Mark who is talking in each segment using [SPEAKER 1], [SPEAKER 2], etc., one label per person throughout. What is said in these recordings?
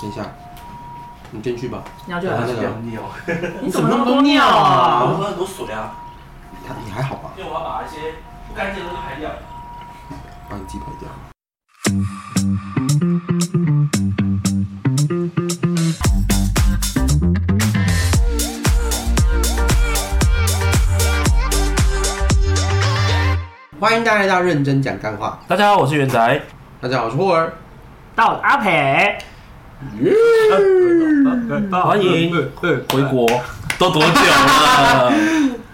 [SPEAKER 1] 等一下，你先去吧。
[SPEAKER 2] 尿就
[SPEAKER 1] 他
[SPEAKER 2] 来
[SPEAKER 1] 那
[SPEAKER 2] 了，
[SPEAKER 1] 个
[SPEAKER 3] 尿尿，
[SPEAKER 2] 你怎么那么多尿
[SPEAKER 3] 我
[SPEAKER 2] 啊？
[SPEAKER 3] 喝很多水啊，
[SPEAKER 1] 你还你还好吧？
[SPEAKER 3] 因为我要把一些不干净的东西排掉。
[SPEAKER 1] 把你自己排掉。欢迎大家来到认真讲干话。
[SPEAKER 3] 大家好，我是元仔。
[SPEAKER 1] 大家好，我是霍儿。
[SPEAKER 2] 到阿培，
[SPEAKER 1] 啊
[SPEAKER 3] 欢迎回国，都多久了？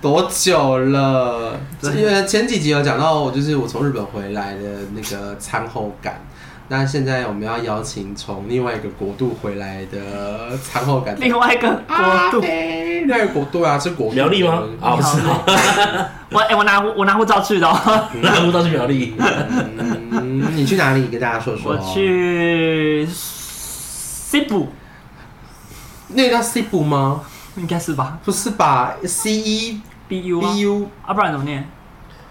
[SPEAKER 1] 多久了？因为前几集有讲到，我就是我从日本回来的那个餐后感。那现在我们要邀请从另外一个国度回来的餐后感，
[SPEAKER 2] 另外一个
[SPEAKER 1] 啊
[SPEAKER 2] 国 度，
[SPEAKER 1] 另外一个国度啊，是国度
[SPEAKER 3] 苗栗吗？啊，不是，
[SPEAKER 2] 我哎、我拿我拿护照去的、哦，
[SPEAKER 3] 那我倒是苗栗。
[SPEAKER 1] 嗯，你去哪里？跟大家说说。
[SPEAKER 2] 我去西部，
[SPEAKER 1] 那个叫 C 部吗？
[SPEAKER 2] 应该是吧
[SPEAKER 1] 不是吧？C E
[SPEAKER 2] ？B U 啊
[SPEAKER 1] B U
[SPEAKER 2] 啊，不然怎么念？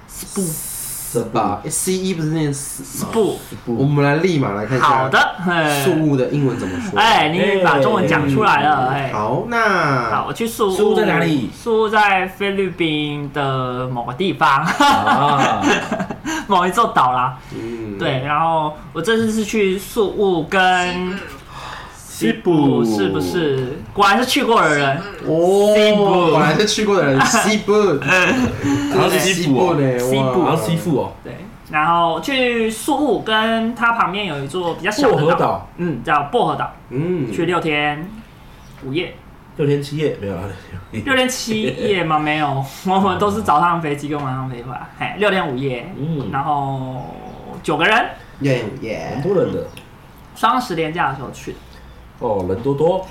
[SPEAKER 2] 西部
[SPEAKER 1] 是吧？C E 不是念 S
[SPEAKER 2] 西
[SPEAKER 1] 吗？
[SPEAKER 2] 部，
[SPEAKER 1] 我们来立马来看一下
[SPEAKER 2] 好的，
[SPEAKER 1] 树
[SPEAKER 2] 嘿
[SPEAKER 1] 木的英文怎么说。
[SPEAKER 2] 哎，你把中文讲出来了，哎、
[SPEAKER 1] 好，那
[SPEAKER 2] 好，我去宿
[SPEAKER 3] 宿务在哪里
[SPEAKER 2] 宿务在菲律宾的某个地方，
[SPEAKER 3] 啊，
[SPEAKER 2] 某一座岛啦。
[SPEAKER 1] 嗯，
[SPEAKER 2] 对，然后我这次是去宿务跟
[SPEAKER 3] 西
[SPEAKER 2] 是不？是？果然是去过的人。西部
[SPEAKER 1] 哦，果然是去过 的人，西部，
[SPEAKER 3] 好像
[SPEAKER 1] 这
[SPEAKER 3] 是
[SPEAKER 1] 是
[SPEAKER 3] 西部哦
[SPEAKER 1] 呢，
[SPEAKER 2] 西部
[SPEAKER 3] 好
[SPEAKER 1] 哇
[SPEAKER 3] 像西部哦，
[SPEAKER 2] 对，然后去宿务跟它旁边有一座比较小
[SPEAKER 3] 薄荷
[SPEAKER 2] 的岛，
[SPEAKER 3] 岛，
[SPEAKER 2] 嗯，叫薄荷岛，
[SPEAKER 1] 嗯，
[SPEAKER 2] 去六天五夜，
[SPEAKER 3] 六天七夜没有啊？
[SPEAKER 2] 六天七夜吗？没 有，
[SPEAKER 3] 嗯
[SPEAKER 2] 我们都是早上飞机跟晚上飞回来，嘿，六天五夜，
[SPEAKER 3] 嗯
[SPEAKER 2] 然后九个人，
[SPEAKER 1] 耶
[SPEAKER 3] 很
[SPEAKER 1] 耶，
[SPEAKER 3] 多人的
[SPEAKER 2] 双十连假的时候去的。
[SPEAKER 3] 哦，人多多。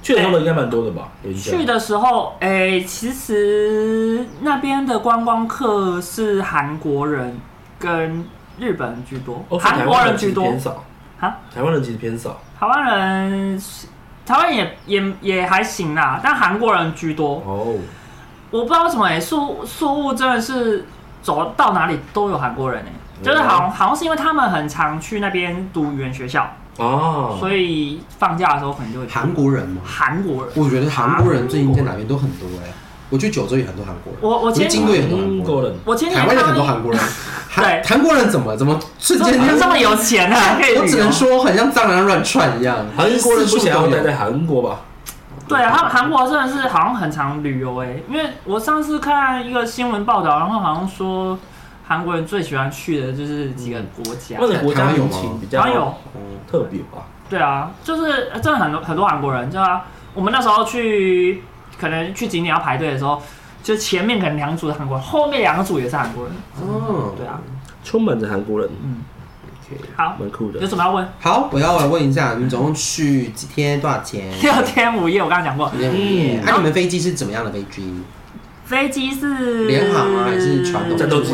[SPEAKER 3] 去的时候人应该蛮多的吧？有印象
[SPEAKER 2] 去的时候，哎、其实那边的观光客是韩国人跟日本人居多
[SPEAKER 3] 哦，，所以
[SPEAKER 2] 韩、
[SPEAKER 3] 台
[SPEAKER 2] 国
[SPEAKER 3] 湾
[SPEAKER 2] 人
[SPEAKER 3] 其
[SPEAKER 2] 居
[SPEAKER 3] 实
[SPEAKER 2] 多
[SPEAKER 3] 偏少，
[SPEAKER 2] 啊，
[SPEAKER 3] 台湾人其实偏少。
[SPEAKER 2] 台湾人台湾也也也还行啦，但韩国人居多。
[SPEAKER 3] 哦，
[SPEAKER 2] 我不知道为什么、欸，宿宿务真的是走到哪里都有韩国人哎、
[SPEAKER 1] 哦
[SPEAKER 3] 嗯
[SPEAKER 2] 就是好像好像是因为他们很常去那边读语言学校，
[SPEAKER 3] 啊，
[SPEAKER 2] 所以放假的时候可能就会去
[SPEAKER 1] 哦韩国人吗？
[SPEAKER 2] 韩国人。
[SPEAKER 1] 我觉得韩国人最近在哪边都很多哎、我去九州也很多韩国人，
[SPEAKER 2] 我我前
[SPEAKER 1] 去京都也很多
[SPEAKER 3] 英
[SPEAKER 1] 韩国
[SPEAKER 3] 国
[SPEAKER 1] 人，
[SPEAKER 3] 人
[SPEAKER 2] 我前几
[SPEAKER 1] 台
[SPEAKER 2] 天
[SPEAKER 1] 湾也
[SPEAKER 2] 看
[SPEAKER 1] 很
[SPEAKER 2] 到
[SPEAKER 1] 多
[SPEAKER 2] 一
[SPEAKER 1] 韩国人，韩
[SPEAKER 2] 对
[SPEAKER 1] 韩国人怎么怎么瞬间
[SPEAKER 2] 这这么有钱啊，可以旅游
[SPEAKER 1] 我只能说很像蟑螂乱窜一样，
[SPEAKER 3] 韩国人不想要待在
[SPEAKER 1] 的。
[SPEAKER 3] 韩国吧？
[SPEAKER 2] 对啊，他韩国真的是好像很常旅游哎、因为我上次看一个新闻报道，然后好像说韩国人最喜欢去的就是几个国家，
[SPEAKER 3] 那个国
[SPEAKER 1] 台
[SPEAKER 3] 家
[SPEAKER 1] 湾有
[SPEAKER 3] 民
[SPEAKER 1] 吗
[SPEAKER 3] 情比
[SPEAKER 2] 然后有
[SPEAKER 3] 较特别吧？
[SPEAKER 2] 对啊，就是真的很多很多韩国人，对啊，我们那时候去可能去景点要排队的时候，就前面可能两组是韩国人，后面两组也是韩国人，
[SPEAKER 1] 哦，
[SPEAKER 2] 对啊，
[SPEAKER 3] 充满着韩国人，
[SPEAKER 2] 嗯，
[SPEAKER 1] OK
[SPEAKER 2] 好，
[SPEAKER 3] 蛮酷
[SPEAKER 2] 有
[SPEAKER 3] 的。
[SPEAKER 2] 什么要问？
[SPEAKER 1] 好，我要来问一下，你们总共去几天？多少钱？
[SPEAKER 2] 六天五夜，我刚刚讲过，
[SPEAKER 1] 嗯，那、你们飞机是怎么样的飞机？
[SPEAKER 2] 飞机是
[SPEAKER 1] 联航吗还是传统
[SPEAKER 3] 战斗机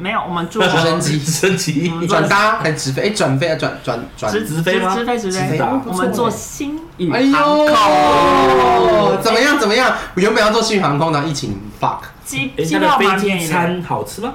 [SPEAKER 2] 没有，我们住
[SPEAKER 1] 直升 机
[SPEAKER 3] 升级
[SPEAKER 2] 嗯
[SPEAKER 1] 转搭还是直飞？哎、转飞啊，转转转。
[SPEAKER 2] 直
[SPEAKER 3] 直飞吗
[SPEAKER 2] 直飞直
[SPEAKER 1] 直飞
[SPEAKER 2] 飞
[SPEAKER 1] 哦，
[SPEAKER 2] 我们
[SPEAKER 1] 不错
[SPEAKER 2] 做
[SPEAKER 1] 哎
[SPEAKER 2] 新宇
[SPEAKER 1] 哎
[SPEAKER 2] 航
[SPEAKER 1] 呦，
[SPEAKER 2] 空，
[SPEAKER 1] 怎么样？怎么样？我原本要做新宇航空的，疫情 fuck。
[SPEAKER 2] 机
[SPEAKER 3] 哎，
[SPEAKER 2] 机票
[SPEAKER 3] 它的
[SPEAKER 2] 蛮
[SPEAKER 3] 飞
[SPEAKER 2] 便
[SPEAKER 3] 机
[SPEAKER 2] 宜的，
[SPEAKER 3] 餐好吃吗？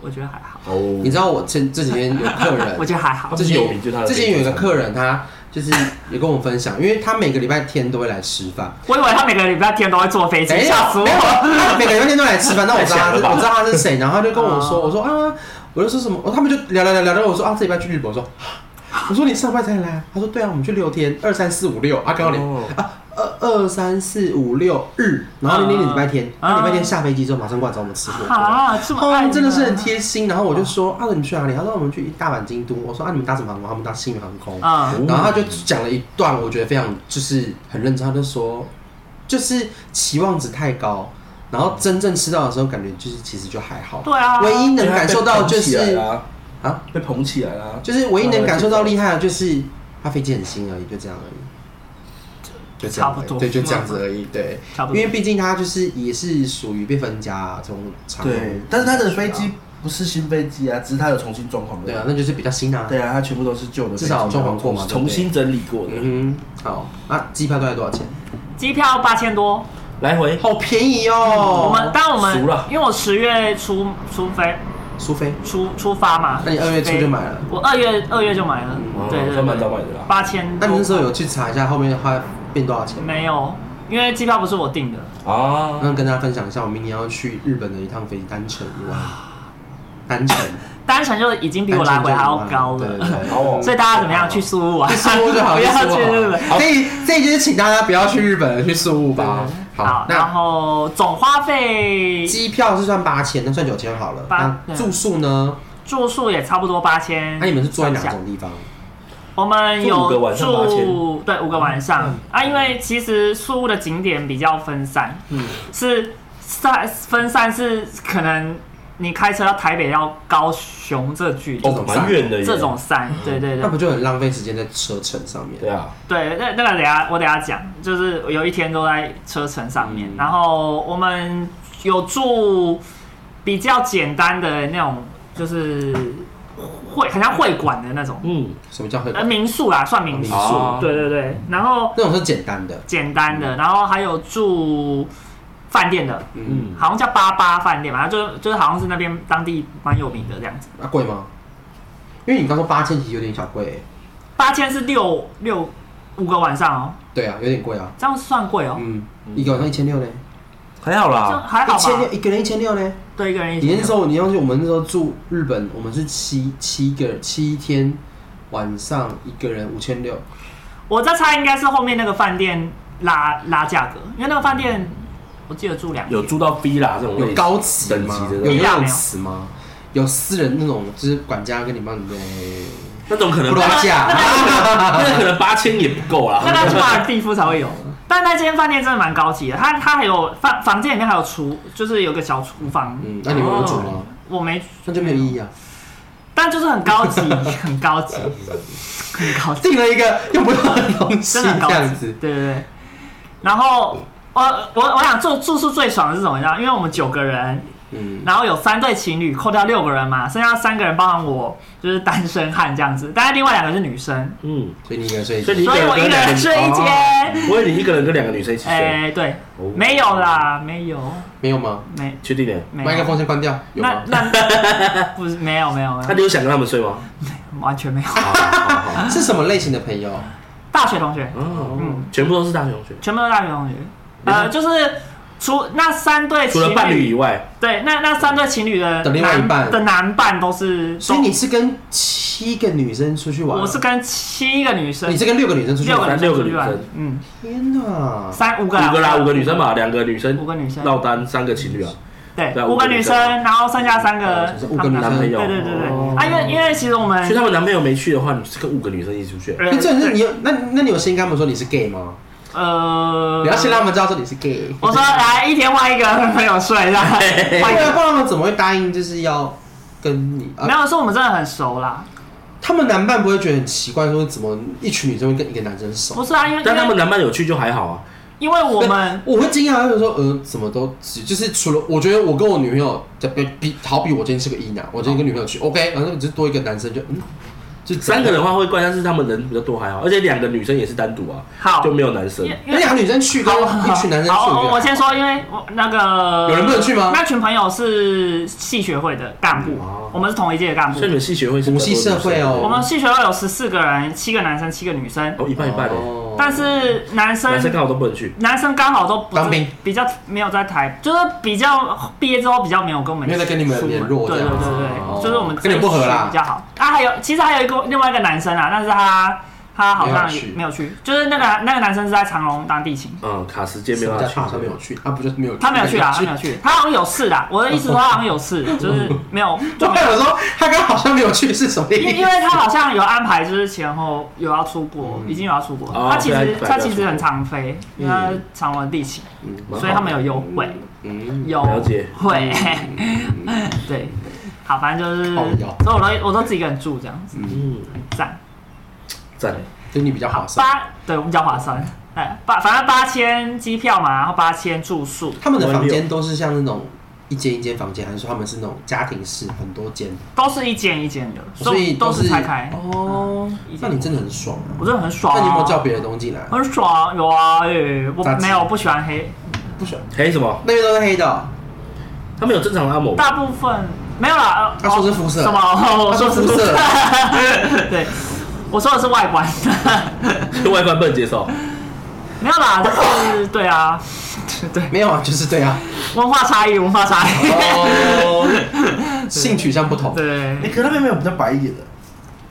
[SPEAKER 2] 我觉得还好，
[SPEAKER 3] 哦，
[SPEAKER 1] 你知道我前这几天有客
[SPEAKER 2] 我
[SPEAKER 1] 人，
[SPEAKER 2] 觉得还好
[SPEAKER 3] 他。
[SPEAKER 1] 之
[SPEAKER 3] 之
[SPEAKER 1] 前
[SPEAKER 3] 前有名就是他的
[SPEAKER 1] 之
[SPEAKER 3] 飞机餐
[SPEAKER 1] 前有一个客人，他就是也跟我分享，因为他每个礼拜天都会来吃饭，
[SPEAKER 2] 我以为他每个礼拜天都会坐飞
[SPEAKER 1] 等
[SPEAKER 2] 机，
[SPEAKER 1] 一
[SPEAKER 2] 吓
[SPEAKER 1] 下，
[SPEAKER 2] 死
[SPEAKER 1] 没有
[SPEAKER 2] 我！
[SPEAKER 1] 他每个人天都来吃饭，但我知道他是，
[SPEAKER 3] 太强了吧
[SPEAKER 1] 我知道他是谁，然后他就跟我说，
[SPEAKER 2] 哦
[SPEAKER 1] 我说啊，我就说什么，哦他们就聊聊聊聊，然后我说啊，这礼拜去日本，我说， 啊我说你上班才来啊，他说对啊，我们去六天，二三四五六，啊，刚好
[SPEAKER 3] 哦
[SPEAKER 1] 你啊，二二三四五六日，然后那天
[SPEAKER 2] 嗯
[SPEAKER 1] 礼拜天，
[SPEAKER 2] 嗯
[SPEAKER 1] 他礼拜天下飞机之后马上过来找我们吃火锅。
[SPEAKER 2] 啊，这么爱
[SPEAKER 1] 哦，
[SPEAKER 2] 你
[SPEAKER 1] 真的是很贴心。然后我就说啊，你们去哪里？他说我们去大阪、京都。我说啊，你们搭什么航空？他们搭新宇航空。
[SPEAKER 2] 嗯，
[SPEAKER 1] 然后他就讲了一段，我觉得非常就是很认真，他就说，就是期望值太高，然后真正吃到的时候，感觉就是其实就还好。
[SPEAKER 2] 对啊，
[SPEAKER 1] 唯一能感受到就
[SPEAKER 3] 因为它被
[SPEAKER 1] 是
[SPEAKER 3] 捧起来啦
[SPEAKER 1] 啊，
[SPEAKER 3] 被捧起来啦，
[SPEAKER 1] 就是唯一能感受到厉害的就是他飞机很新而已，就这样而已。就这样而已
[SPEAKER 2] 差不多
[SPEAKER 1] 对，就这样子而已，对，
[SPEAKER 2] 差不
[SPEAKER 1] 因
[SPEAKER 2] 多
[SPEAKER 1] 为毕竟他就是也是属于被分家啊从长荣
[SPEAKER 3] 哦
[SPEAKER 4] 对，但是它的飞机不是新飞机啊，只是它有重新装潢的。
[SPEAKER 1] 对啊，那就是比较新啊，
[SPEAKER 4] 对啊，它全部都是旧的飞机，
[SPEAKER 1] 至
[SPEAKER 3] 啊
[SPEAKER 1] 少有装潢过嘛，对不
[SPEAKER 3] 重
[SPEAKER 1] 对
[SPEAKER 3] 新，整理过的，
[SPEAKER 1] 嗯哼，好，那机票大概多少钱？
[SPEAKER 2] 机票八千多，
[SPEAKER 3] 来回
[SPEAKER 1] 好便宜
[SPEAKER 2] 我
[SPEAKER 1] 哦，
[SPEAKER 2] 们当然我
[SPEAKER 3] 熟
[SPEAKER 2] 们
[SPEAKER 3] 了
[SPEAKER 2] 因为我十月初出飞，
[SPEAKER 1] 苏菲，
[SPEAKER 2] 出出发嘛。
[SPEAKER 1] 那你二月初就买了？哦
[SPEAKER 2] 我二月二月就买了，
[SPEAKER 4] 哦
[SPEAKER 2] 对对
[SPEAKER 3] 专门早
[SPEAKER 2] 对，
[SPEAKER 3] 买的啦。
[SPEAKER 2] 八千。
[SPEAKER 1] 那你那时候有去查一下后面花变多少钱吗？
[SPEAKER 2] 没有？因为机票不是我订的，
[SPEAKER 3] 啊，
[SPEAKER 4] 嗯
[SPEAKER 1] 那跟大家分享一下，我明年要去日本的一趟飞机，单程一万，单程
[SPEAKER 2] 单程就已经比我来回还要高
[SPEAKER 1] 对
[SPEAKER 2] 了。
[SPEAKER 1] 对对
[SPEAKER 3] 好
[SPEAKER 2] 所以大家怎么样去啊苏屋玩？
[SPEAKER 1] 去宿务就啊好，
[SPEAKER 2] 不要
[SPEAKER 1] 去啊宿务
[SPEAKER 2] 去
[SPEAKER 1] 好
[SPEAKER 2] 日 本。
[SPEAKER 1] 这一这一集就请大家不要去日本，去宿务吧。
[SPEAKER 2] 好
[SPEAKER 1] 好，，
[SPEAKER 2] 然
[SPEAKER 1] 那
[SPEAKER 2] 后总花费
[SPEAKER 1] 机票是算八千，那算九千好了。
[SPEAKER 2] 八
[SPEAKER 1] 那
[SPEAKER 2] 对
[SPEAKER 1] 住宿呢？
[SPEAKER 2] 住宿也差不多八千。
[SPEAKER 1] 那你们是住在哪种地方？
[SPEAKER 2] 嗯我们
[SPEAKER 3] 住五个
[SPEAKER 2] 有
[SPEAKER 3] 晚上8000
[SPEAKER 2] 住对五个晚
[SPEAKER 1] 嗯
[SPEAKER 2] 上啊，因为其实宿屋的景点比较分散，
[SPEAKER 1] 嗯
[SPEAKER 2] 是散分散是可能你开车到台北到高雄这距离，
[SPEAKER 3] 哦，蛮远的耶。
[SPEAKER 2] 这种散，对对
[SPEAKER 1] 那
[SPEAKER 2] 对
[SPEAKER 1] 不就很浪费时间在车程上面？
[SPEAKER 3] 对啊，
[SPEAKER 2] 对，那那个等一下我等一下讲，就是有一天都在车程上面，
[SPEAKER 1] 嗯
[SPEAKER 2] 然后我们有住比较简单的那种，就是会很像会馆的那种，
[SPEAKER 3] 嗯，
[SPEAKER 1] 什么叫会
[SPEAKER 2] 呃，民宿啦，算民宿，
[SPEAKER 3] 哦
[SPEAKER 2] 对对对，然后。
[SPEAKER 1] 那种是简单的，
[SPEAKER 2] 简单的，然后还有住饭店的，
[SPEAKER 1] 嗯，
[SPEAKER 3] 嗯
[SPEAKER 2] 好像叫八八饭店吧，就就是好像是那边当地蛮有名的这样子。
[SPEAKER 1] 那啊贵吗？因为你刚说八千，其实有点小贵欸。
[SPEAKER 2] 八千是六六五个晚上哦，
[SPEAKER 1] 对啊，有点贵啊。
[SPEAKER 2] 这样算贵哦，
[SPEAKER 1] 嗯，一个晚上一千六呢，
[SPEAKER 3] 还好
[SPEAKER 2] 这样
[SPEAKER 3] 啦。
[SPEAKER 2] 还好
[SPEAKER 1] 一千
[SPEAKER 2] 吧
[SPEAKER 1] 六？一个人一千六呢。
[SPEAKER 2] 对一个人一
[SPEAKER 1] 你那时
[SPEAKER 2] 千，
[SPEAKER 1] 候，你要去我们那时候住日本，我们是七七个七天，晚上一个人五千六，
[SPEAKER 2] 我在猜应该是后面那个饭店拉拉价格，因为那个饭店我记得住两
[SPEAKER 3] 有
[SPEAKER 2] 天，
[SPEAKER 3] 住到 B 啦这种类
[SPEAKER 1] 有
[SPEAKER 3] 型
[SPEAKER 1] 高级
[SPEAKER 3] 等级
[SPEAKER 1] 吗？
[SPEAKER 3] 的
[SPEAKER 1] 有
[SPEAKER 3] 那种，
[SPEAKER 1] 游泳池吗？有私人那种，就是管家跟你帮你的
[SPEAKER 3] 那种可能
[SPEAKER 1] 葡萄架，
[SPEAKER 3] 那可能八千也不够
[SPEAKER 2] 那
[SPEAKER 3] 啦。
[SPEAKER 2] 个是马尔蒂夫 才会有。但那间饭店真的蛮高级的，它它还有房房间里面还有厨，就是有个小厨房。哦
[SPEAKER 1] 嗯，那你们有煮吗？
[SPEAKER 2] 我没，
[SPEAKER 1] 那就没有意义啊！
[SPEAKER 2] 但就是很 高级，很高级，很高
[SPEAKER 3] 哦
[SPEAKER 2] 级，
[SPEAKER 1] 订了一个用不到的东西，
[SPEAKER 2] 真的很高
[SPEAKER 1] 这样
[SPEAKER 2] 级
[SPEAKER 1] 子，，
[SPEAKER 2] 对对对。然后我我我想住住宿最爽的是什么？你知道，因为我们九个人，
[SPEAKER 1] 嗯，
[SPEAKER 2] 然后有三对情侣，扣掉六个人嘛，剩下三个人包含我，就是单身汉这样子。但是另外两个是女生，
[SPEAKER 3] 嗯，
[SPEAKER 1] 所以你一个人睡一
[SPEAKER 3] 所
[SPEAKER 1] 间
[SPEAKER 3] 以你一
[SPEAKER 2] 所
[SPEAKER 3] 个
[SPEAKER 2] 以
[SPEAKER 3] 人
[SPEAKER 2] 我一个
[SPEAKER 3] 哦跟两个
[SPEAKER 2] 人睡一间。
[SPEAKER 3] 不会，你一个人跟两个女生一起睡，
[SPEAKER 2] 哎、对
[SPEAKER 3] 哦，
[SPEAKER 2] 没有啦，没有，
[SPEAKER 1] 没有吗？
[SPEAKER 2] 没
[SPEAKER 3] 确定的？
[SPEAKER 2] 没有。
[SPEAKER 1] 麦克风先关掉，有
[SPEAKER 2] 那
[SPEAKER 1] 吗？
[SPEAKER 2] 那不是没有没有没
[SPEAKER 3] 那
[SPEAKER 2] 有，
[SPEAKER 3] 你有想跟他们睡吗？啊
[SPEAKER 2] 完全没有。
[SPEAKER 3] 好好好好
[SPEAKER 1] 是什么类型的朋友？
[SPEAKER 2] 大学同学，
[SPEAKER 3] 哦
[SPEAKER 2] 嗯，
[SPEAKER 3] 全部都是大学同学，
[SPEAKER 2] 全部都是大学同学，呃，就是除那三对
[SPEAKER 3] 除
[SPEAKER 2] 情
[SPEAKER 3] 了伴
[SPEAKER 2] 侣
[SPEAKER 3] 侣以外，
[SPEAKER 2] 对，那那三对情侣的
[SPEAKER 1] 的另外一
[SPEAKER 2] 男
[SPEAKER 1] 半
[SPEAKER 2] 的男伴都是，
[SPEAKER 1] 所以你是跟七个女生出去
[SPEAKER 2] 都
[SPEAKER 1] 玩？
[SPEAKER 2] 我是跟七个女生，
[SPEAKER 1] 你是跟六个女生出去
[SPEAKER 2] 六个
[SPEAKER 1] 玩？
[SPEAKER 2] 女生
[SPEAKER 3] 六个女
[SPEAKER 2] 出去玩
[SPEAKER 3] 生
[SPEAKER 2] 嗯，
[SPEAKER 1] 天哪！
[SPEAKER 2] 三五个
[SPEAKER 3] 五个啦，五个女生，嘛，两个女
[SPEAKER 2] 啊五
[SPEAKER 3] 生
[SPEAKER 2] 个女生，
[SPEAKER 3] 落单，三个情侣啊。对
[SPEAKER 2] 对，
[SPEAKER 3] 五
[SPEAKER 2] 五
[SPEAKER 3] 个
[SPEAKER 2] 个
[SPEAKER 3] 女
[SPEAKER 2] 女
[SPEAKER 3] 生
[SPEAKER 2] 生，然后剩下三个
[SPEAKER 1] 就是五个女
[SPEAKER 2] 他
[SPEAKER 1] 生
[SPEAKER 2] 们
[SPEAKER 3] 男朋友
[SPEAKER 2] 对对对
[SPEAKER 1] 哦
[SPEAKER 2] 对，啊，因为因为其实我们
[SPEAKER 3] 所以，他们男朋友没去的话，你是跟五个女生一起出去。
[SPEAKER 2] 呃
[SPEAKER 1] 那这是你有那那你有先跟他们说你是 gay 吗？
[SPEAKER 2] 呃
[SPEAKER 1] 你要先让他们知道说你是 gay，
[SPEAKER 2] 我说来一天换一个男朋友睡，这样换
[SPEAKER 1] 不
[SPEAKER 2] 一
[SPEAKER 1] 然
[SPEAKER 2] 个，
[SPEAKER 1] 哎啊不然他们怎么会答应就是要跟你啊
[SPEAKER 2] 哎没？有，是我们真的很熟啦，
[SPEAKER 1] 他们男伴不会觉得很奇怪，说怎么一群女生会跟一个男生熟？
[SPEAKER 2] 不是啊，因为
[SPEAKER 3] 但他
[SPEAKER 2] 因为
[SPEAKER 3] 们男伴有去就还好啊。
[SPEAKER 2] 因为我们
[SPEAKER 1] 我会惊讶，就是说，呃，怎么都只就是除了我觉得我跟我女朋友在比比，好比我今天是个一男，我今天跟女朋友去，OK，然后只是多一个男生就嗯，就
[SPEAKER 3] 三个
[SPEAKER 1] 人，
[SPEAKER 3] 人的话会怪，但是他们人比较多还好，而且两个女生也是单独啊，
[SPEAKER 2] 好
[SPEAKER 3] 就，没有男生
[SPEAKER 2] 因。为因
[SPEAKER 1] 那
[SPEAKER 2] 为
[SPEAKER 1] 两个女生去跟一群男生去，
[SPEAKER 2] 好，
[SPEAKER 1] 我觉
[SPEAKER 2] 我
[SPEAKER 1] 得
[SPEAKER 2] 我先说，因为我那个
[SPEAKER 1] 有人不能去吗
[SPEAKER 2] 那群朋友是系学会的干部，
[SPEAKER 3] 哦
[SPEAKER 2] 我们是同一届的干部
[SPEAKER 3] 所以。你们系学会是
[SPEAKER 1] 母系社会哦
[SPEAKER 2] 我们系学会有十四个人，七个男生，七个女生，
[SPEAKER 3] 哦一半一半的，
[SPEAKER 1] 哦
[SPEAKER 2] 但是男生
[SPEAKER 3] 男生刚好都不能去。
[SPEAKER 2] 男生刚好都不是
[SPEAKER 1] 当兵，
[SPEAKER 2] 比较没有在台，就是比较毕业之后比较没有跟我们
[SPEAKER 1] 没有在跟你们
[SPEAKER 2] 出门
[SPEAKER 1] 联络
[SPEAKER 2] 对
[SPEAKER 1] 这
[SPEAKER 2] 对对
[SPEAKER 1] 样子哦
[SPEAKER 2] 对，就是我们
[SPEAKER 1] 跟你不合啦
[SPEAKER 2] 比较好。啊，还有其实还有一个另外一个男生啊，但是他他好像
[SPEAKER 1] 没有去
[SPEAKER 2] 也没有去，就是那个那个男生是在长隆当地勤。
[SPEAKER 3] 嗯，卡时间没
[SPEAKER 1] 什
[SPEAKER 3] 有
[SPEAKER 1] 么
[SPEAKER 3] 要
[SPEAKER 1] 叫
[SPEAKER 3] 去
[SPEAKER 1] 他，好像没有去，他不就是没有去？
[SPEAKER 2] 他没有去啊，他没有去，他好像有事啦。我的意思说他好像有事， 就是没有，
[SPEAKER 1] 对，
[SPEAKER 2] 就没有
[SPEAKER 1] 我说他刚好像没有去是什么
[SPEAKER 2] 因为
[SPEAKER 1] 意思？
[SPEAKER 2] 因为他好像有安排，就是前后有要出国，
[SPEAKER 1] 嗯
[SPEAKER 2] 已经有要出国。
[SPEAKER 3] 哦
[SPEAKER 2] 他其
[SPEAKER 3] 对
[SPEAKER 2] 实
[SPEAKER 3] 他
[SPEAKER 2] 他其实很常飞，因为他常玩地勤，所以他们有优惠，
[SPEAKER 1] 嗯，
[SPEAKER 2] 有
[SPEAKER 3] 了解
[SPEAKER 2] 会， 对，好，反正就是，
[SPEAKER 1] 靠
[SPEAKER 2] 所
[SPEAKER 1] 腰
[SPEAKER 2] 以我都我都自己一个人住这样子，
[SPEAKER 3] 嗯，
[SPEAKER 2] 很赞。
[SPEAKER 3] 赞。
[SPEAKER 1] 对你比较划算。
[SPEAKER 2] 八，对我们比较划算，哎，八反正八千机票嘛，然后八千住宿
[SPEAKER 1] 他们的房间都是像那种一间一间房间，还是说他们是那种家庭式很多间？
[SPEAKER 2] 都是一间一间的，
[SPEAKER 1] 所以
[SPEAKER 2] 都
[SPEAKER 1] 都
[SPEAKER 2] 是
[SPEAKER 1] 是
[SPEAKER 2] 拆开。嗯
[SPEAKER 1] 哦，
[SPEAKER 2] 一
[SPEAKER 1] 那
[SPEAKER 2] 间
[SPEAKER 1] 你真的很爽啊！
[SPEAKER 2] 我真的很爽、啊。
[SPEAKER 1] 那你有没有叫别的东西进来？
[SPEAKER 2] 很爽，有啊，欸、我
[SPEAKER 1] 杂技
[SPEAKER 2] 没有不喜欢黑，
[SPEAKER 1] 不喜欢，
[SPEAKER 3] 还有什么？
[SPEAKER 1] 那边都是黑的哦，
[SPEAKER 3] 他们有正常的按摩吗？
[SPEAKER 2] 大部分没有啦，呃哦
[SPEAKER 1] 他说是肤色
[SPEAKER 2] 什么？我
[SPEAKER 1] 他
[SPEAKER 2] 说
[SPEAKER 1] 说
[SPEAKER 2] 是
[SPEAKER 1] 肤
[SPEAKER 2] 肤色
[SPEAKER 1] 色，
[SPEAKER 2] 对，我说的是外观，
[SPEAKER 3] 外观不能接受，
[SPEAKER 2] 没有啦，就是对啊，对，
[SPEAKER 1] 没有啊，就是对啊，
[SPEAKER 2] 文化差异，文化差异，
[SPEAKER 1] 哦，性取向不同，
[SPEAKER 4] 哎，
[SPEAKER 2] 对，
[SPEAKER 4] 可那边没有比较白一点的，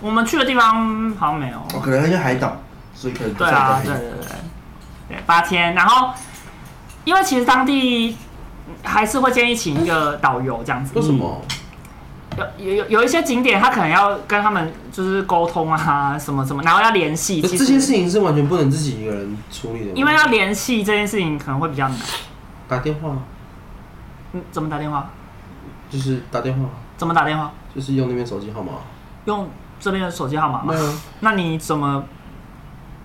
[SPEAKER 2] 我们去的地方好像没有，
[SPEAKER 4] 哦，可能因为海岛，所以可能不
[SPEAKER 2] 对
[SPEAKER 4] 算
[SPEAKER 2] 啊，
[SPEAKER 4] 白
[SPEAKER 2] 对对对对，对八天，然后因为其实当地还是会建议请一个导游这样子，
[SPEAKER 1] 为什么？
[SPEAKER 2] 有有有有一些景点他可能要跟他们就是沟通啊，什么什么，然后要联系，
[SPEAKER 1] 可
[SPEAKER 2] 其
[SPEAKER 1] 是
[SPEAKER 2] 实
[SPEAKER 1] 呃这些事情是完全不能自己一个人处理的吗，
[SPEAKER 2] 因为要联系这件事情可能会比较难。
[SPEAKER 1] 打电话
[SPEAKER 2] 嗯，怎么打电话？
[SPEAKER 1] 就是打电话，
[SPEAKER 2] 怎么打电话？
[SPEAKER 1] 就是用那边手机号码，
[SPEAKER 2] 用这边的手机号码
[SPEAKER 1] 没
[SPEAKER 2] 吗？
[SPEAKER 1] 有啊
[SPEAKER 2] 那你怎么？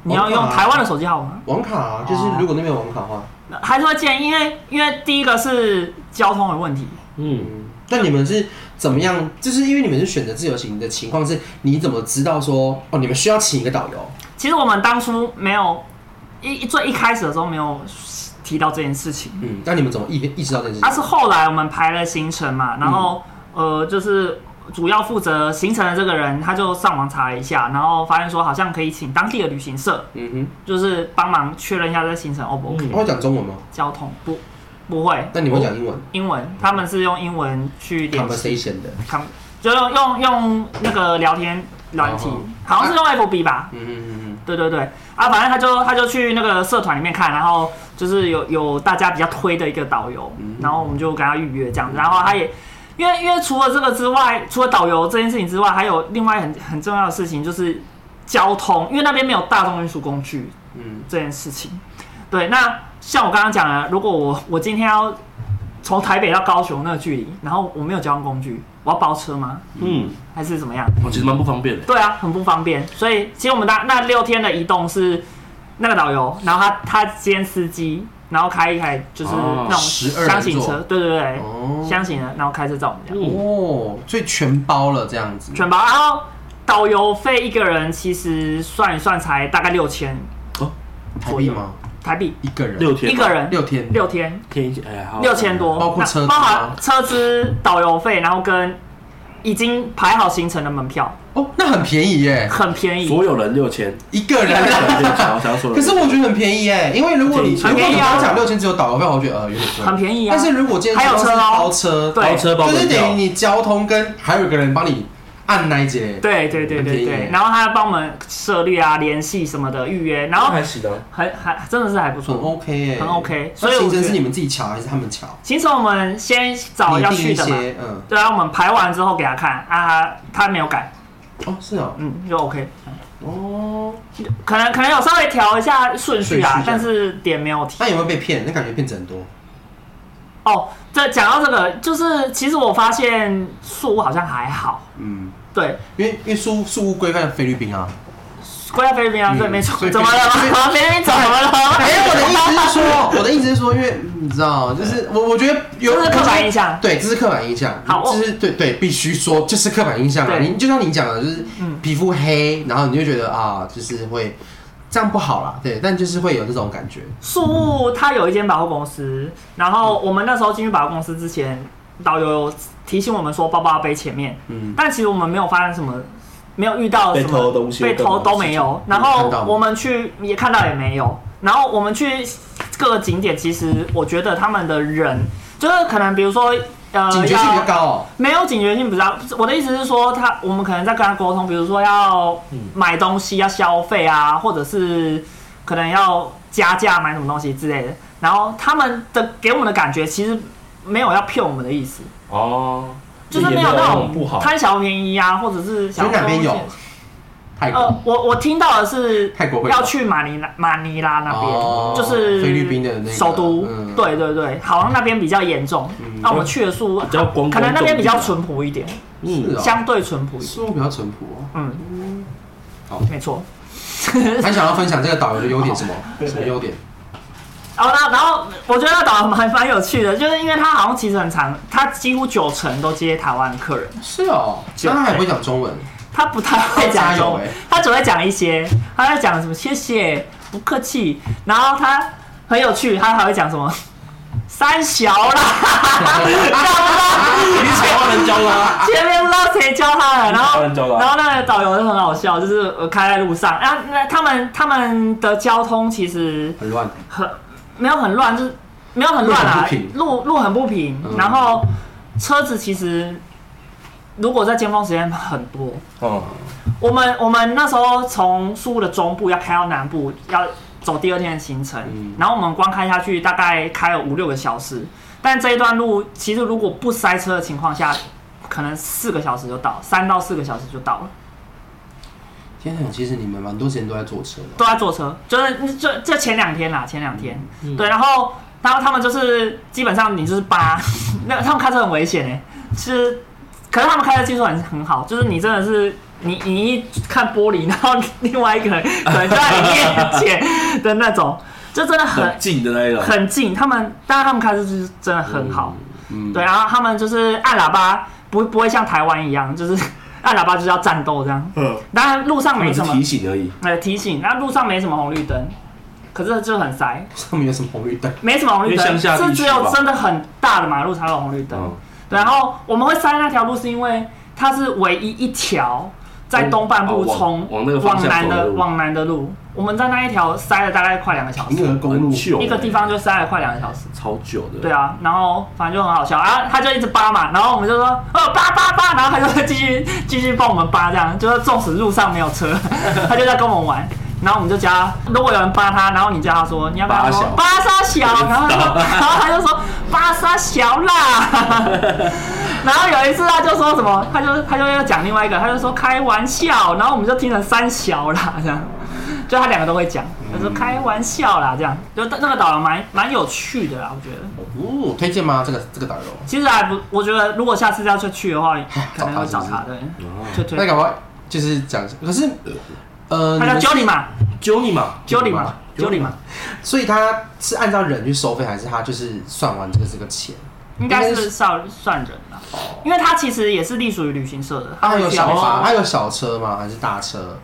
[SPEAKER 2] 你要
[SPEAKER 1] 我不
[SPEAKER 2] 用
[SPEAKER 1] 管啊
[SPEAKER 2] 台湾的手机号码？
[SPEAKER 1] 网卡啊，就是
[SPEAKER 2] 哦
[SPEAKER 1] 如果那边有网卡的话，
[SPEAKER 2] 那还是会建议，因为因为第一个是交通的问题，
[SPEAKER 3] 嗯，
[SPEAKER 1] 嗯，那你们是怎么样？就是因为你们是选择自由行的情况是，你怎么知道说哦，你们需要请一个导游？
[SPEAKER 2] 其实我们当初没有一最一开始的时候没有提到这件事情，
[SPEAKER 1] 嗯，那你们怎么意意识到这件事
[SPEAKER 2] 而、
[SPEAKER 1] 情？
[SPEAKER 2] 是后来我们排了行程
[SPEAKER 1] 嗯
[SPEAKER 2] 嘛，然后、呃就是。主要负责行程的这个人，他就上网查了一下，然后发现说好像可以请当地的旅行社，
[SPEAKER 1] 嗯
[SPEAKER 2] 就是帮忙确认一下这个行程 O 不 OK、
[SPEAKER 1] 哼，他会讲中文吗？
[SPEAKER 2] 交通不不会，
[SPEAKER 1] 那你会讲英文
[SPEAKER 2] 英文，他们是用英文去联系，
[SPEAKER 1] ？conversation 的，
[SPEAKER 2] 他们就用用用那个聊天软体
[SPEAKER 1] 哦，
[SPEAKER 2] 好像是用 FB 吧？
[SPEAKER 1] 嗯嗯嗯
[SPEAKER 2] 对对对，啊，反正他就他就去那个社团里面看，然后就是有有大家比较推的一个导游，然后我们就跟他预约这样子，然后他也。因为因为除了这个之外，除了导游这件事情之外，还有另外很很重要的事情就是交通，因为那边没有大众运输工具，
[SPEAKER 1] 嗯
[SPEAKER 2] 这件事情。对，那像我刚刚讲的，如果我我今天要从台北到高雄那个距离，然后我没有交通工具，我要包车吗？
[SPEAKER 3] 嗯，
[SPEAKER 2] 还是怎么样？
[SPEAKER 3] 我其实蛮不方便的，
[SPEAKER 2] 对啊，很不方便。所以其实我们那那六天的移动是那个导游，然后他他兼司机，然后开一台就是
[SPEAKER 3] 哦
[SPEAKER 2] 那种
[SPEAKER 1] 12人
[SPEAKER 2] 箱型车，
[SPEAKER 1] 座
[SPEAKER 2] 对对对
[SPEAKER 1] 嗯，，哦
[SPEAKER 2] 箱型的，然后开车载我们这样，
[SPEAKER 3] 嗯，
[SPEAKER 1] 哦，所以全包了这样子，
[SPEAKER 2] 全包。然后导游费一个人其实算一算才大概六千
[SPEAKER 3] 哦
[SPEAKER 1] 台币吗？
[SPEAKER 2] 台币，
[SPEAKER 1] 一个人
[SPEAKER 3] 六天
[SPEAKER 2] 一个人
[SPEAKER 1] 六天，
[SPEAKER 2] 六天，
[SPEAKER 3] 天一哎好
[SPEAKER 2] 六千多，
[SPEAKER 1] 包括车资啊
[SPEAKER 2] 那
[SPEAKER 1] 吗
[SPEAKER 2] 包含车资、导游费，然后跟已经排好行程的门票，
[SPEAKER 1] 哦，那很便宜耶，
[SPEAKER 2] 很便宜。
[SPEAKER 3] 所有人六 千，
[SPEAKER 1] 一个 人。
[SPEAKER 3] 想要想要说的，
[SPEAKER 1] 可是我觉得很便宜耶，因为如果你如
[SPEAKER 3] 很
[SPEAKER 1] 果
[SPEAKER 2] 便宜
[SPEAKER 1] 你
[SPEAKER 2] 啊
[SPEAKER 1] 刚讲六千只有导游费，我觉得呃有点贵，
[SPEAKER 2] 很便宜啊
[SPEAKER 1] 但是如果今天
[SPEAKER 2] 还有
[SPEAKER 1] 是
[SPEAKER 2] 车哦
[SPEAKER 1] 包车，
[SPEAKER 2] 对
[SPEAKER 3] 包车包
[SPEAKER 1] 就是
[SPEAKER 3] 门
[SPEAKER 1] 等于
[SPEAKER 3] 票，
[SPEAKER 1] 你交通跟还有一个人帮你按那一节，
[SPEAKER 2] 对对对
[SPEAKER 1] 很便
[SPEAKER 2] 对
[SPEAKER 1] 宜
[SPEAKER 2] 对，然后他还帮我们策略啊、联系什么的预约，然后
[SPEAKER 3] 还行啊，
[SPEAKER 2] 还还真的是还不
[SPEAKER 1] 很
[SPEAKER 2] 错。
[SPEAKER 1] OK 耶，
[SPEAKER 2] 很 OK，
[SPEAKER 1] 那
[SPEAKER 2] 所以我
[SPEAKER 1] 行程
[SPEAKER 2] 觉
[SPEAKER 1] 是
[SPEAKER 2] 得
[SPEAKER 1] 你们自己瞧还是他们瞧？
[SPEAKER 2] 其实我们先找
[SPEAKER 1] 你
[SPEAKER 2] 要
[SPEAKER 1] 定
[SPEAKER 2] 去
[SPEAKER 1] 一
[SPEAKER 2] 的嘛，
[SPEAKER 1] 些，嗯，
[SPEAKER 2] 对啊，我们排完之后给他看啊，他没有改，
[SPEAKER 1] 哦是哦，
[SPEAKER 2] 嗯，就 OK。
[SPEAKER 1] 哦，
[SPEAKER 2] 可能可能有稍微调一下顺序
[SPEAKER 1] 顺
[SPEAKER 2] 啊
[SPEAKER 1] 序，这样
[SPEAKER 2] 但是点没有提。
[SPEAKER 1] 那有没有被骗？那感觉骗子很多，
[SPEAKER 2] 哦，这讲到这个，就是其实我发现宿务好像还好，
[SPEAKER 1] 嗯，
[SPEAKER 2] 对，
[SPEAKER 1] 因为因为宿宿务规范菲律宾啊，
[SPEAKER 2] 归在菲律宾啊，
[SPEAKER 1] 嗯
[SPEAKER 2] 对，没错。
[SPEAKER 1] 所以
[SPEAKER 2] 怎么了
[SPEAKER 1] 菲律
[SPEAKER 2] 吗？菲律宾怎么了？
[SPEAKER 1] 没有，哎我的意思是说，我的意思是说，因为你知道，就是我我觉得有
[SPEAKER 2] 这是刻板印象
[SPEAKER 1] 对，这是刻板印象，
[SPEAKER 2] 好我
[SPEAKER 1] 就是对对，必须说就是刻板印象啊。
[SPEAKER 2] 对
[SPEAKER 1] 你就像你讲的，就是
[SPEAKER 2] 嗯
[SPEAKER 1] 皮肤黑，然后你就觉得啊，就是会这样不好啦，对，但就是会有这种感觉，
[SPEAKER 2] 树木它有一间百货公司，然后我们那时候进去百货公司之前，导游有提醒我们说包包要背前面，
[SPEAKER 1] 嗯，
[SPEAKER 2] 但其实我们没有发生什么，没有遇到什么
[SPEAKER 3] 被偷东西
[SPEAKER 2] 被偷都没有。
[SPEAKER 1] 干
[SPEAKER 2] 然
[SPEAKER 1] 嘛
[SPEAKER 2] 后
[SPEAKER 1] 看到吗
[SPEAKER 2] 我们去也看到也没有。然后我们去各个景点，其实我觉得他们的人就是可能比如说呃
[SPEAKER 1] 警觉性比
[SPEAKER 2] 要
[SPEAKER 1] 较高哦，
[SPEAKER 2] 没有警觉性不知道，我的意思是说他，我们可能在跟他沟通，比如说要
[SPEAKER 3] 嗯
[SPEAKER 2] 买东西、要消费啊，或者是可能要加价买什么东西之类的。然后他们的给我们的感觉其实没有要骗我们的意思，
[SPEAKER 3] 哦，
[SPEAKER 2] 就是
[SPEAKER 3] 也
[SPEAKER 2] 没有那种
[SPEAKER 3] 不好，
[SPEAKER 2] 贪小便宜啊，或者是想
[SPEAKER 1] 所以哪边有
[SPEAKER 2] 偷一些？
[SPEAKER 1] 泰国
[SPEAKER 2] 呃，我我听到的是
[SPEAKER 1] 泰国会有
[SPEAKER 2] 要去马尼拉马尼拉那边，
[SPEAKER 1] 哦
[SPEAKER 2] 就是
[SPEAKER 1] 菲律宾的那个
[SPEAKER 2] 首都，
[SPEAKER 1] 嗯
[SPEAKER 2] 对对对，好像那边比较严重。
[SPEAKER 1] 嗯
[SPEAKER 2] 那我们去的速
[SPEAKER 3] 比较光啊
[SPEAKER 2] 可能那边比较淳
[SPEAKER 3] 纯，
[SPEAKER 2] 朴一点，
[SPEAKER 1] 是
[SPEAKER 3] 嗯，
[SPEAKER 1] 哦
[SPEAKER 2] 相对淳朴一点。
[SPEAKER 1] 事物比较淳朴哦。
[SPEAKER 2] 嗯，
[SPEAKER 1] 好
[SPEAKER 2] 没错。
[SPEAKER 1] 还想要分享这个导游的优点什么？
[SPEAKER 3] 对
[SPEAKER 1] 什么优点？
[SPEAKER 2] 然后呢，然后我觉得那导游蛮蛮有趣的，就是因为他好像其实很长，他几乎九成都接台湾客人，
[SPEAKER 1] 是哦，
[SPEAKER 2] 就
[SPEAKER 1] 那他还不会讲中文，
[SPEAKER 2] 他不太会讲
[SPEAKER 1] 加油
[SPEAKER 2] 中文
[SPEAKER 1] 欸，
[SPEAKER 2] 他只会讲一些，他在讲什么谢谢，不客气，然后他很有趣，他还会讲什么三 小啦，
[SPEAKER 3] 你台湾人教的啊。
[SPEAKER 2] 前面不知道谁教他的，然后
[SPEAKER 3] 台湾人教的啊
[SPEAKER 2] 然后那个导游就很好笑，就是呃开在路上，然后那他们他们的交通其实
[SPEAKER 1] 很乱，
[SPEAKER 2] 很没有很乱，就是没有很乱啊
[SPEAKER 1] 路很不平，
[SPEAKER 2] 路路很不平，
[SPEAKER 1] 嗯
[SPEAKER 2] 然后车子其实如果在尖峰时间很多，
[SPEAKER 3] 哦，
[SPEAKER 2] 我们我们那时候从苏的中部要开到南部，要走第二天的行程，
[SPEAKER 1] 嗯
[SPEAKER 2] 然后我们光开下去大概开了五六个小时，但这一段路其实如果不塞车的情况下，可能四个小时就到，三到四个小时就到了，
[SPEAKER 1] 天哪，其实你们蛮多时间都在坐车的，
[SPEAKER 2] 都在坐车，就是就这前两天啦，前两天，
[SPEAKER 1] 嗯
[SPEAKER 2] 对，然后然后他们就是基本上你就是扒， 那他们开车很危险哎、是，可是他们开的技术很很好，就是你真的是。你你一看玻璃，然后另外一个人可能就在你面前的那种，就真的很
[SPEAKER 3] 很近的那一种。
[SPEAKER 2] 很近。他们当然他们开车就是真的很好，
[SPEAKER 1] 嗯，
[SPEAKER 2] 对，然后他们就是按喇叭，不不会像台湾一样，就是按喇叭就是要战斗这样。
[SPEAKER 4] 嗯，
[SPEAKER 2] 当然路上
[SPEAKER 3] 他
[SPEAKER 2] 没
[SPEAKER 3] 们是
[SPEAKER 2] 什么
[SPEAKER 3] 提醒而已，
[SPEAKER 2] 呃提醒，那路上没什么红绿灯，可是就很塞，
[SPEAKER 1] 上面有什么红绿灯？
[SPEAKER 2] 没什么红绿
[SPEAKER 3] 因为
[SPEAKER 2] 灯，
[SPEAKER 3] 乡下地
[SPEAKER 2] 是
[SPEAKER 3] 区
[SPEAKER 2] 只有
[SPEAKER 3] 吧
[SPEAKER 2] 真的很大的马路才有红绿灯。
[SPEAKER 3] 嗯，
[SPEAKER 2] 对然后我们会塞那条路，是因为它是唯一一条在东半部
[SPEAKER 3] 哦往
[SPEAKER 2] 从
[SPEAKER 3] 往那个方向
[SPEAKER 2] 南
[SPEAKER 3] 走的
[SPEAKER 2] 的
[SPEAKER 3] 路
[SPEAKER 2] 往南的路，我们在那一条塞了大概快两个小
[SPEAKER 1] 银
[SPEAKER 2] 时，
[SPEAKER 1] 河公路
[SPEAKER 3] 很，久
[SPEAKER 2] 一个地方就塞了快两个小时。
[SPEAKER 3] 超久的，
[SPEAKER 2] 对，啊，然后反正就很好笑啊，他就一直扒嘛，然后我们就说哦扒扒扒，然后他就会继续 继续帮我们扒这样，就是纵使路上没有车， 他就在跟我们玩。然后我们就叫他，如果有人扒他，然后你叫他说你要不要说扒沙小， 然后他说，然后他就说扒沙小啦。 然后有一次他就说什么，他就他就要讲另外一个，他就说开玩笑，然后我们就听成三小啦 这样，就他两个都会讲，他说开玩笑啦这样，就那个导游蛮蛮有趣的啦，我觉得。
[SPEAKER 1] 哦，推荐吗？这个这个导游，
[SPEAKER 2] 其实还不，我觉得如果下次要去去的话，可能会
[SPEAKER 1] 找
[SPEAKER 2] 找
[SPEAKER 1] 他
[SPEAKER 2] 他，对，对
[SPEAKER 1] 那
[SPEAKER 2] 对，
[SPEAKER 1] 搞不好就是讲，可是呃，
[SPEAKER 2] 他
[SPEAKER 1] 你
[SPEAKER 2] 叫
[SPEAKER 1] 们
[SPEAKER 2] Jolly 嘛
[SPEAKER 3] 揪你嘛，
[SPEAKER 2] ，Jolly 嘛，Jolly 嘛，
[SPEAKER 1] 所以他是按照人去收费，还是他就是算完这个这个钱？
[SPEAKER 2] 应该是算算人啦，因为他其实也是隶属于旅行社的，
[SPEAKER 1] 他有
[SPEAKER 2] 需要
[SPEAKER 1] 小巴，
[SPEAKER 2] 小
[SPEAKER 1] 他有小车吗？还是大车？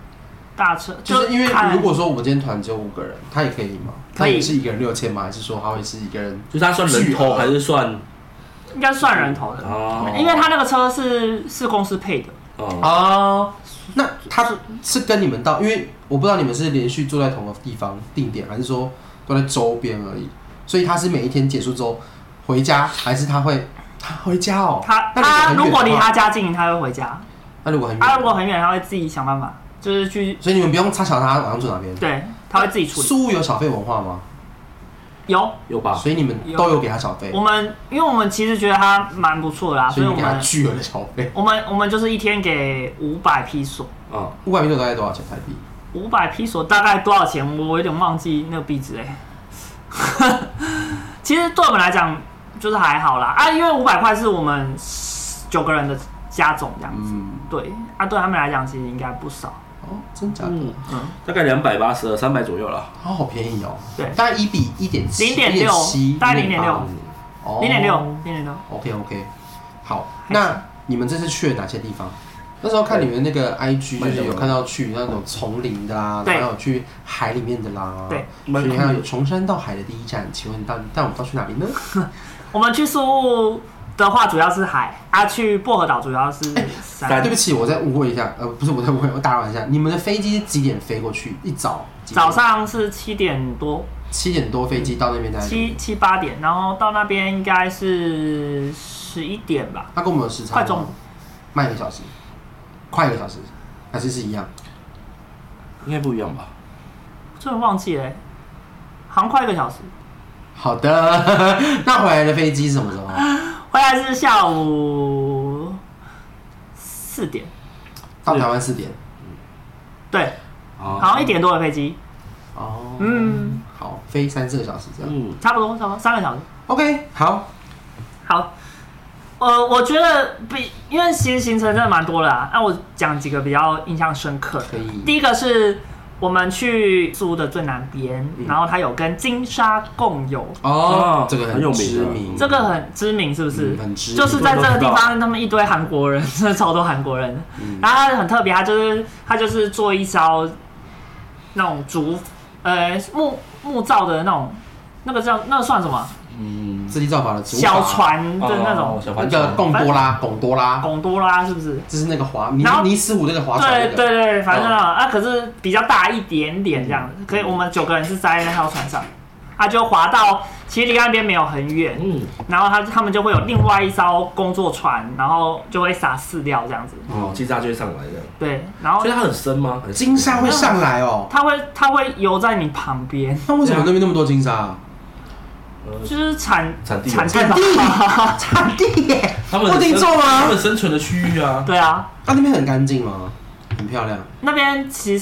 [SPEAKER 2] 大车，
[SPEAKER 1] 就是因为
[SPEAKER 2] 看
[SPEAKER 1] 如果说我们今天团只有五个人，他也可以吗？
[SPEAKER 2] 可
[SPEAKER 1] 他
[SPEAKER 2] 以
[SPEAKER 1] 也是一个人六千吗？还是说他会是一个人？
[SPEAKER 3] 就是他算人头还是算
[SPEAKER 2] 应该算人头的，
[SPEAKER 3] 哦
[SPEAKER 2] 因为他那个车是是公司配的，
[SPEAKER 3] 哦，
[SPEAKER 1] 哦，那他是是跟你们到，因为我不知道你们是连续坐在同个地方定点，还是说都在周边而已。所以他是每一天结束之后回家，还是他会他回家哦？
[SPEAKER 2] 他
[SPEAKER 1] 那
[SPEAKER 2] 他
[SPEAKER 1] 如
[SPEAKER 2] 如
[SPEAKER 1] 果
[SPEAKER 2] 果
[SPEAKER 1] 很
[SPEAKER 2] 离
[SPEAKER 1] 远的啊嗯话
[SPEAKER 2] 他家近，他会回家，
[SPEAKER 1] 那如果很远，
[SPEAKER 2] 他如果很远，他会自己想办法，就是去，
[SPEAKER 1] 所以你们不用插小他晚上住哪边。
[SPEAKER 2] 对，他会自己处理，
[SPEAKER 1] 苏武有小费文化吗？
[SPEAKER 2] 有
[SPEAKER 3] 有吧？
[SPEAKER 1] 所以你们
[SPEAKER 2] 有
[SPEAKER 1] 都有给他小费
[SPEAKER 2] 我，们，因为我们其实觉得他蛮不错的啦，啊
[SPEAKER 1] 所
[SPEAKER 2] 所
[SPEAKER 1] 以
[SPEAKER 2] 以
[SPEAKER 1] 你
[SPEAKER 2] 我
[SPEAKER 1] 给他
[SPEAKER 2] 们。
[SPEAKER 1] 巨额的小费。
[SPEAKER 2] 我们我们就是一天给五百披索，
[SPEAKER 3] 啊，
[SPEAKER 1] 五百米左右大概多少钱台币？
[SPEAKER 2] 五百披索大概多少钱？我有点忘记那个币值哎。 其实对我们来讲就是还好啦啊，因为五百块是我们九个人的加总这样子，
[SPEAKER 1] 嗯，
[SPEAKER 2] 对啊，对他们来讲其实应该不少，
[SPEAKER 1] 哦，真假的？
[SPEAKER 3] 嗯
[SPEAKER 2] 嗯，
[SPEAKER 3] 大概两百八十二、三百左右啦。
[SPEAKER 1] 它好便宜哦，
[SPEAKER 2] 对
[SPEAKER 1] 大概一比一点七，
[SPEAKER 2] 0.6
[SPEAKER 1] 七，
[SPEAKER 2] 大概0.6零
[SPEAKER 1] 哦
[SPEAKER 2] 点六，零点六。
[SPEAKER 1] OK OK，好，
[SPEAKER 2] 还
[SPEAKER 1] 那你们这次去了哪些地方？那时候看你们那个 IG，就
[SPEAKER 3] 麦
[SPEAKER 1] 是
[SPEAKER 3] 当
[SPEAKER 1] 有
[SPEAKER 3] 劳
[SPEAKER 1] 看到去那种丛林的啦，
[SPEAKER 2] 对
[SPEAKER 1] 然后有去海里面的啦，
[SPEAKER 2] 对，
[SPEAKER 1] 所
[SPEAKER 4] 蛮
[SPEAKER 1] 以
[SPEAKER 4] 酷
[SPEAKER 1] 你看有
[SPEAKER 4] 的。
[SPEAKER 1] 从山到海的第一站，请问你到带我们到去哪里呢？
[SPEAKER 2] 我们去苏雾的话主要是海啊，去薄荷岛主要是山
[SPEAKER 1] 哎对，不起，我再误会一下，呃，不是我再误会，我打扰一下，你们的飞机是几点飞过去？一早几点
[SPEAKER 2] 早上是七点多，
[SPEAKER 1] 七点多飞机到那边大概
[SPEAKER 2] 七七八点，然后到那边应该是十一点吧。
[SPEAKER 1] 他跟我们有时差吗
[SPEAKER 2] 快中午，
[SPEAKER 1] 慢一个小时，快一个小时，还是是一样？
[SPEAKER 3] 应该不一样吧？
[SPEAKER 2] 真的忘记了欸，好像快一个小时。
[SPEAKER 1] 好的， 那回来的飞机是什么时候？
[SPEAKER 2] 回来是下午四点，
[SPEAKER 1] 到台湾四点。
[SPEAKER 2] 对，
[SPEAKER 3] 好
[SPEAKER 2] 好像一，点多的飞机，
[SPEAKER 1] 哦，
[SPEAKER 2] 嗯，
[SPEAKER 1] 好，飞三四个小时这样。
[SPEAKER 3] 嗯，
[SPEAKER 2] 差不多，差不多三个小时。
[SPEAKER 1] OK，好，
[SPEAKER 2] 好，呃，我觉得比因为其实行程真的蛮多的啊，那我讲几个比较印象深刻的。
[SPEAKER 1] 可以。
[SPEAKER 2] 第一个是我们去苏的最南边，
[SPEAKER 1] 嗯
[SPEAKER 2] 然后它有跟金沙共有，
[SPEAKER 1] 哦
[SPEAKER 3] 哦，
[SPEAKER 1] 这个
[SPEAKER 3] 很有名
[SPEAKER 1] 知
[SPEAKER 3] 的
[SPEAKER 1] 名，
[SPEAKER 2] 这个很知名，是不是？
[SPEAKER 1] 嗯很知名，
[SPEAKER 2] 就是在这个地
[SPEAKER 3] 我都知嗯
[SPEAKER 2] 方，他们一堆韩国人， 真的超多韩国人。然后他很特别，他就是他就是做一艘那种竹呃木木造的那种，那个叫那个算什么？
[SPEAKER 3] 嗯，
[SPEAKER 1] 自立造法的植物
[SPEAKER 2] 小
[SPEAKER 1] 法，
[SPEAKER 2] 船的那种
[SPEAKER 3] 哦小
[SPEAKER 1] 那
[SPEAKER 3] 帆
[SPEAKER 1] 个
[SPEAKER 3] 船
[SPEAKER 1] 贡多拉，贡多拉，
[SPEAKER 2] 贡多拉，是不是？
[SPEAKER 1] 就是那个划尼
[SPEAKER 2] 然后
[SPEAKER 1] 尼斯湖那个划船那
[SPEAKER 2] 对
[SPEAKER 1] 个，
[SPEAKER 2] 对对，反正那种啊，可是比较大一点点这样子，可以我们九个人是塞在那条船上，啊，就滑到其实离岸边没有很远，
[SPEAKER 3] 嗯，
[SPEAKER 2] 然后他他们就会有另外一艘工作船，然后就会撒饲料这样子，
[SPEAKER 1] 哦
[SPEAKER 4] 哦，气炸就会上来这样。
[SPEAKER 2] 对，然后
[SPEAKER 3] 所以它很深吗？还是
[SPEAKER 1] 金鲨会上来哦。
[SPEAKER 2] 它会它会游在你旁边，
[SPEAKER 1] 那为什么那边那么多金鲨啊？
[SPEAKER 3] 呃
[SPEAKER 2] 就是产
[SPEAKER 3] 产地
[SPEAKER 2] 产地
[SPEAKER 1] 产
[SPEAKER 2] 吧，
[SPEAKER 1] 产地耶，
[SPEAKER 3] 他们
[SPEAKER 1] 不
[SPEAKER 3] 很
[SPEAKER 1] 定
[SPEAKER 3] 生
[SPEAKER 1] 做
[SPEAKER 3] 他
[SPEAKER 1] 吗
[SPEAKER 3] 们？生存的区域啊，
[SPEAKER 2] 对啊，
[SPEAKER 1] 啊，那边很干净吗？很漂亮，
[SPEAKER 2] 那边其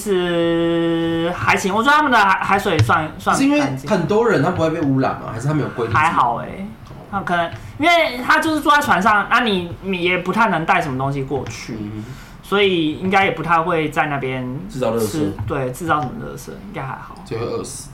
[SPEAKER 2] 实还行，我觉得他们的海海水算算
[SPEAKER 1] 是因为
[SPEAKER 2] 干净
[SPEAKER 1] 很多人他不会被污染吗？还是他没有规定？
[SPEAKER 2] 还好哎、他可能因为他就是坐在船上，那、你你也不太能带什么东西过去，
[SPEAKER 1] 嗯，
[SPEAKER 2] 所以应该也不太会在那边
[SPEAKER 3] 制造垃圾
[SPEAKER 2] 吃，对，制造什么垃圾应该还好。
[SPEAKER 1] 就会饿死。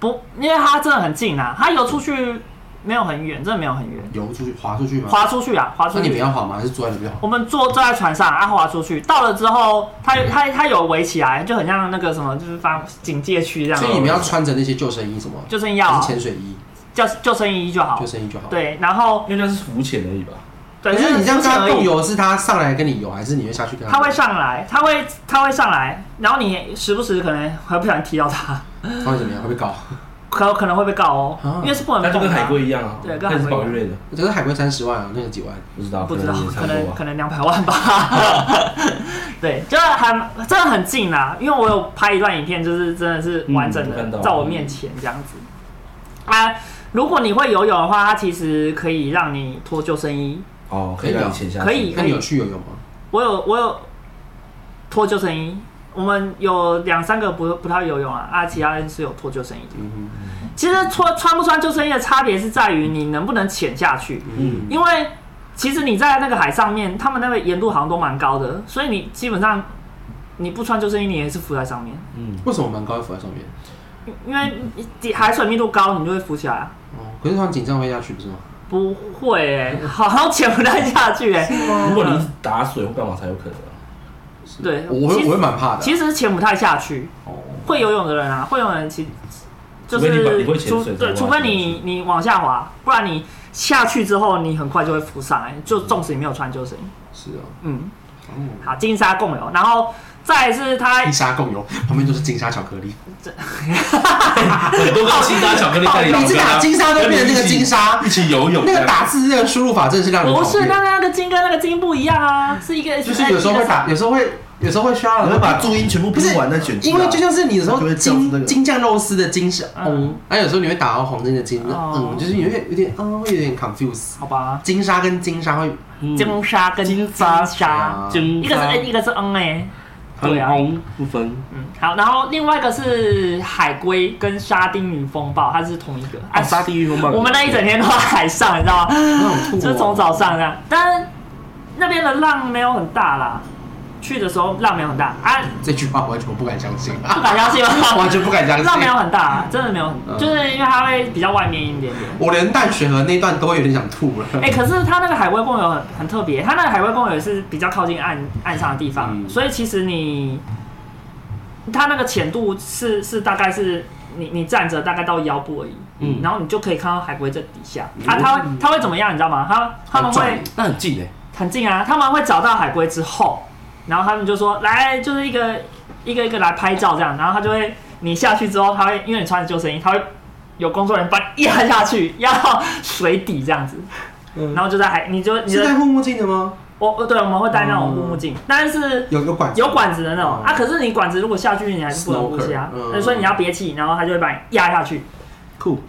[SPEAKER 2] 不，因为它真的很近啊，它游出去没有很远，真的没有很远，
[SPEAKER 1] 游出去，划出去吗？
[SPEAKER 2] 划出去啊，
[SPEAKER 1] 嗯
[SPEAKER 2] 划
[SPEAKER 1] 那
[SPEAKER 2] 出
[SPEAKER 1] 你们
[SPEAKER 2] 去。
[SPEAKER 1] 要划吗？还是坐在那边划？
[SPEAKER 2] 我们坐坐在船上，啊，划出去，到了之后，它它它有围起来，就很像那个什么，就是发警戒区这样。
[SPEAKER 1] 所以你们要穿着那些救生衣什么？
[SPEAKER 2] 救生衣啊
[SPEAKER 1] 还是，潜水衣，
[SPEAKER 2] 叫救生衣就好
[SPEAKER 1] 救。生衣就好。。
[SPEAKER 2] 对，然后
[SPEAKER 3] 因为那是浮潜而已吧。
[SPEAKER 2] 对，
[SPEAKER 1] 可
[SPEAKER 2] 就是
[SPEAKER 1] 你这样跟他
[SPEAKER 2] 浮潜而已
[SPEAKER 1] 共游，是他上来跟你游，还是你会下去跟
[SPEAKER 2] 他会
[SPEAKER 1] 游
[SPEAKER 2] 上来，他会他会上来，然后你时不时可能还不小心踢到他，
[SPEAKER 1] 他会怎么样？会被告？
[SPEAKER 2] 可可能会被告哦，
[SPEAKER 1] 啊
[SPEAKER 2] 因为是不能
[SPEAKER 3] 那
[SPEAKER 2] 动的
[SPEAKER 3] 就
[SPEAKER 2] 啊。
[SPEAKER 3] 跟海龟一样啊，
[SPEAKER 2] 对跟
[SPEAKER 3] 那也是
[SPEAKER 2] 海龟一样
[SPEAKER 3] 保育类的，
[SPEAKER 1] 可是海龟三十万啊，那个几万？
[SPEAKER 3] 不知道，
[SPEAKER 2] 不知道
[SPEAKER 3] 也，差
[SPEAKER 2] 可
[SPEAKER 3] 多
[SPEAKER 2] 能
[SPEAKER 3] 吧
[SPEAKER 2] 可能两百万吧。 对，就是还真的很近啦，因为我有拍一段影片，就是真的是完整
[SPEAKER 3] 嗯我看
[SPEAKER 2] 的
[SPEAKER 3] 到
[SPEAKER 2] 在我面前这样子。啊，如果你会游泳的话，它其实可以让你脱救生衣。
[SPEAKER 3] 哦，可以让你潜下去，
[SPEAKER 2] 可以
[SPEAKER 1] 那你有去游泳吗？
[SPEAKER 2] 我有我有脱救生衣，我们有两三个不不太会游泳啊，啊，其他人是有脱救生衣的。
[SPEAKER 1] 嗯
[SPEAKER 2] 其实穿穿不穿救生衣的差别是在于你能不能潜下去，
[SPEAKER 1] 嗯，
[SPEAKER 2] 因为其实你在那个海上面，他们那个盐度好像都蛮高的，所以你基本上你不穿救生衣，你也是浮在上面，
[SPEAKER 3] 嗯，
[SPEAKER 1] 为什么蛮高会浮在上面？
[SPEAKER 2] 因因为你海水密度高，你就会浮起来啊。
[SPEAKER 1] 哦，可是他们紧张会下去不是吗？
[SPEAKER 2] 不会、欸， 好像潜不太下去哎、
[SPEAKER 3] 如果你是打水或干嘛才有可能 啊。
[SPEAKER 2] 对，
[SPEAKER 1] 我会
[SPEAKER 2] 其
[SPEAKER 1] 我
[SPEAKER 2] 实
[SPEAKER 1] 会蛮怕的。
[SPEAKER 2] 其实潜不太下去，
[SPEAKER 1] 哦，
[SPEAKER 2] 会游泳的人啊，会游泳的人其就
[SPEAKER 3] 除非你把
[SPEAKER 2] 是
[SPEAKER 3] 你会潜水才
[SPEAKER 2] 对，
[SPEAKER 3] 会
[SPEAKER 2] 除
[SPEAKER 3] 往下
[SPEAKER 2] 非你你往下滑，不然你下去之后你很快就会浮上来，就纵使你没有穿救生衣。
[SPEAKER 1] 是哦。
[SPEAKER 2] 嗯，
[SPEAKER 1] 哦，
[SPEAKER 2] 好，金沙共游，然后再来是它
[SPEAKER 1] 金沙共游，旁边就是金沙巧克力。
[SPEAKER 3] 很多跟其他巧克力在一起
[SPEAKER 1] 你这俩金沙都变成那个金沙
[SPEAKER 3] 一起游泳，啊
[SPEAKER 1] 那个打字那个输入法真的是让人
[SPEAKER 2] 不是，那
[SPEAKER 1] 那
[SPEAKER 2] 那个金跟那个金不一 样啊，是一个
[SPEAKER 1] 就是有时候会打，有时候会，有时候会需要
[SPEAKER 4] 然后
[SPEAKER 1] 人
[SPEAKER 4] 把注音全部
[SPEAKER 1] 不是
[SPEAKER 4] 拼完再选字啊。
[SPEAKER 1] 因为就像是你有时
[SPEAKER 4] 就
[SPEAKER 1] 候
[SPEAKER 4] 会叫出那
[SPEAKER 1] 金
[SPEAKER 4] 个
[SPEAKER 1] 金酱肉丝的金是
[SPEAKER 2] 嗯
[SPEAKER 1] 嗯，那有时候你会打到黄金的金，
[SPEAKER 2] 哦
[SPEAKER 1] 嗯，就是有点有点嗯，会有点 confuse。
[SPEAKER 2] 好吧，
[SPEAKER 1] 金沙跟金沙会
[SPEAKER 2] 金沙跟金沙沙，
[SPEAKER 3] 金
[SPEAKER 2] 一个是嗯 N，一个是 N 哎、对啊
[SPEAKER 3] 红不分，
[SPEAKER 2] 嗯，好，然后另外一个是海龟跟沙丁鱼风暴，它是同一个。
[SPEAKER 1] 哦
[SPEAKER 3] 啊，沙地狱风暴。
[SPEAKER 2] 我们那一整天都在海上，你知道吗？
[SPEAKER 1] 那种
[SPEAKER 2] 就
[SPEAKER 1] 吐
[SPEAKER 2] 是从
[SPEAKER 1] 哦。
[SPEAKER 2] 早上这样，但是那边的浪没有很大啦，去的时候浪没有很大啊，
[SPEAKER 1] 这句话完全不敢相信，
[SPEAKER 2] 不敢相信
[SPEAKER 1] 完
[SPEAKER 2] 吗？
[SPEAKER 1] 全不敢相
[SPEAKER 2] 浪没有
[SPEAKER 1] 信。
[SPEAKER 2] 很大、真的没有很，
[SPEAKER 1] 嗯
[SPEAKER 2] 就是因为它会比较外面一点点。
[SPEAKER 1] 我连淡水河那段都会有点想吐了。
[SPEAKER 2] 哎、可是它那个海龟公园很很特别，它那个海龟公园是比较靠近岸岸上的地方，
[SPEAKER 1] 嗯
[SPEAKER 2] 所以其实你它那个浅度是是大概是你你站着大概到腰部而已，
[SPEAKER 3] 嗯
[SPEAKER 2] 然后你就可以看到海龟在底下、
[SPEAKER 1] 嗯
[SPEAKER 2] 啊，它会它会怎么样，你知道吗？它他们
[SPEAKER 1] 它
[SPEAKER 2] 会
[SPEAKER 1] 转
[SPEAKER 3] 那很近哎，
[SPEAKER 2] 很近啊，他们会找到海龟之后，然后他们就说来就是一个一个一个来拍照这样，然后他就会你下去之后，他会因为你穿着救生衣，他会有工作人员把你压下去，压到水底这样子。
[SPEAKER 1] 嗯
[SPEAKER 2] 然后就在海，你就你
[SPEAKER 1] 是
[SPEAKER 2] 的
[SPEAKER 1] 戴护目镜的吗？
[SPEAKER 2] 我呃对，我们会戴那种护目镜，但是
[SPEAKER 1] 有有管子
[SPEAKER 2] 有管子的那种
[SPEAKER 1] 嗯
[SPEAKER 2] 啊。可是你管子如果下去，你还是不能呼吸啊
[SPEAKER 1] Snorkel，，
[SPEAKER 2] 呃
[SPEAKER 1] 嗯
[SPEAKER 2] 所以你要憋气，然后它就会把你压下去，
[SPEAKER 1] 酷。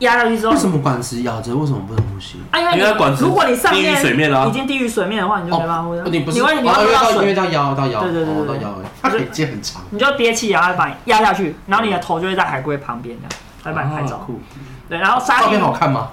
[SPEAKER 2] 压下去之后
[SPEAKER 1] 为。什么管子咬着，为什么不能呼吸？
[SPEAKER 2] 啊，因为
[SPEAKER 3] 因为它管
[SPEAKER 2] 你
[SPEAKER 3] 子
[SPEAKER 2] 如果你上
[SPEAKER 3] 低
[SPEAKER 2] 面
[SPEAKER 3] 于水面啊了
[SPEAKER 2] 已经低于水面的话，你就没办法呼吸啊，
[SPEAKER 1] 你不是
[SPEAKER 2] 会你会
[SPEAKER 1] 哦因为
[SPEAKER 2] 喝到
[SPEAKER 1] 到因为
[SPEAKER 2] 水，
[SPEAKER 1] 到腰到腰，
[SPEAKER 2] 对对对
[SPEAKER 1] 哦
[SPEAKER 2] 对
[SPEAKER 1] 到
[SPEAKER 2] 对
[SPEAKER 1] 腰哎，它
[SPEAKER 2] 就是
[SPEAKER 1] 腿接很长。
[SPEAKER 2] 你就憋气，然后把你压下去，然后你的头就会在海龟旁边这样，它就把你拍照。
[SPEAKER 3] 酷，
[SPEAKER 2] 对，然后沙
[SPEAKER 1] 哦照
[SPEAKER 2] 丁
[SPEAKER 1] 片好看吗？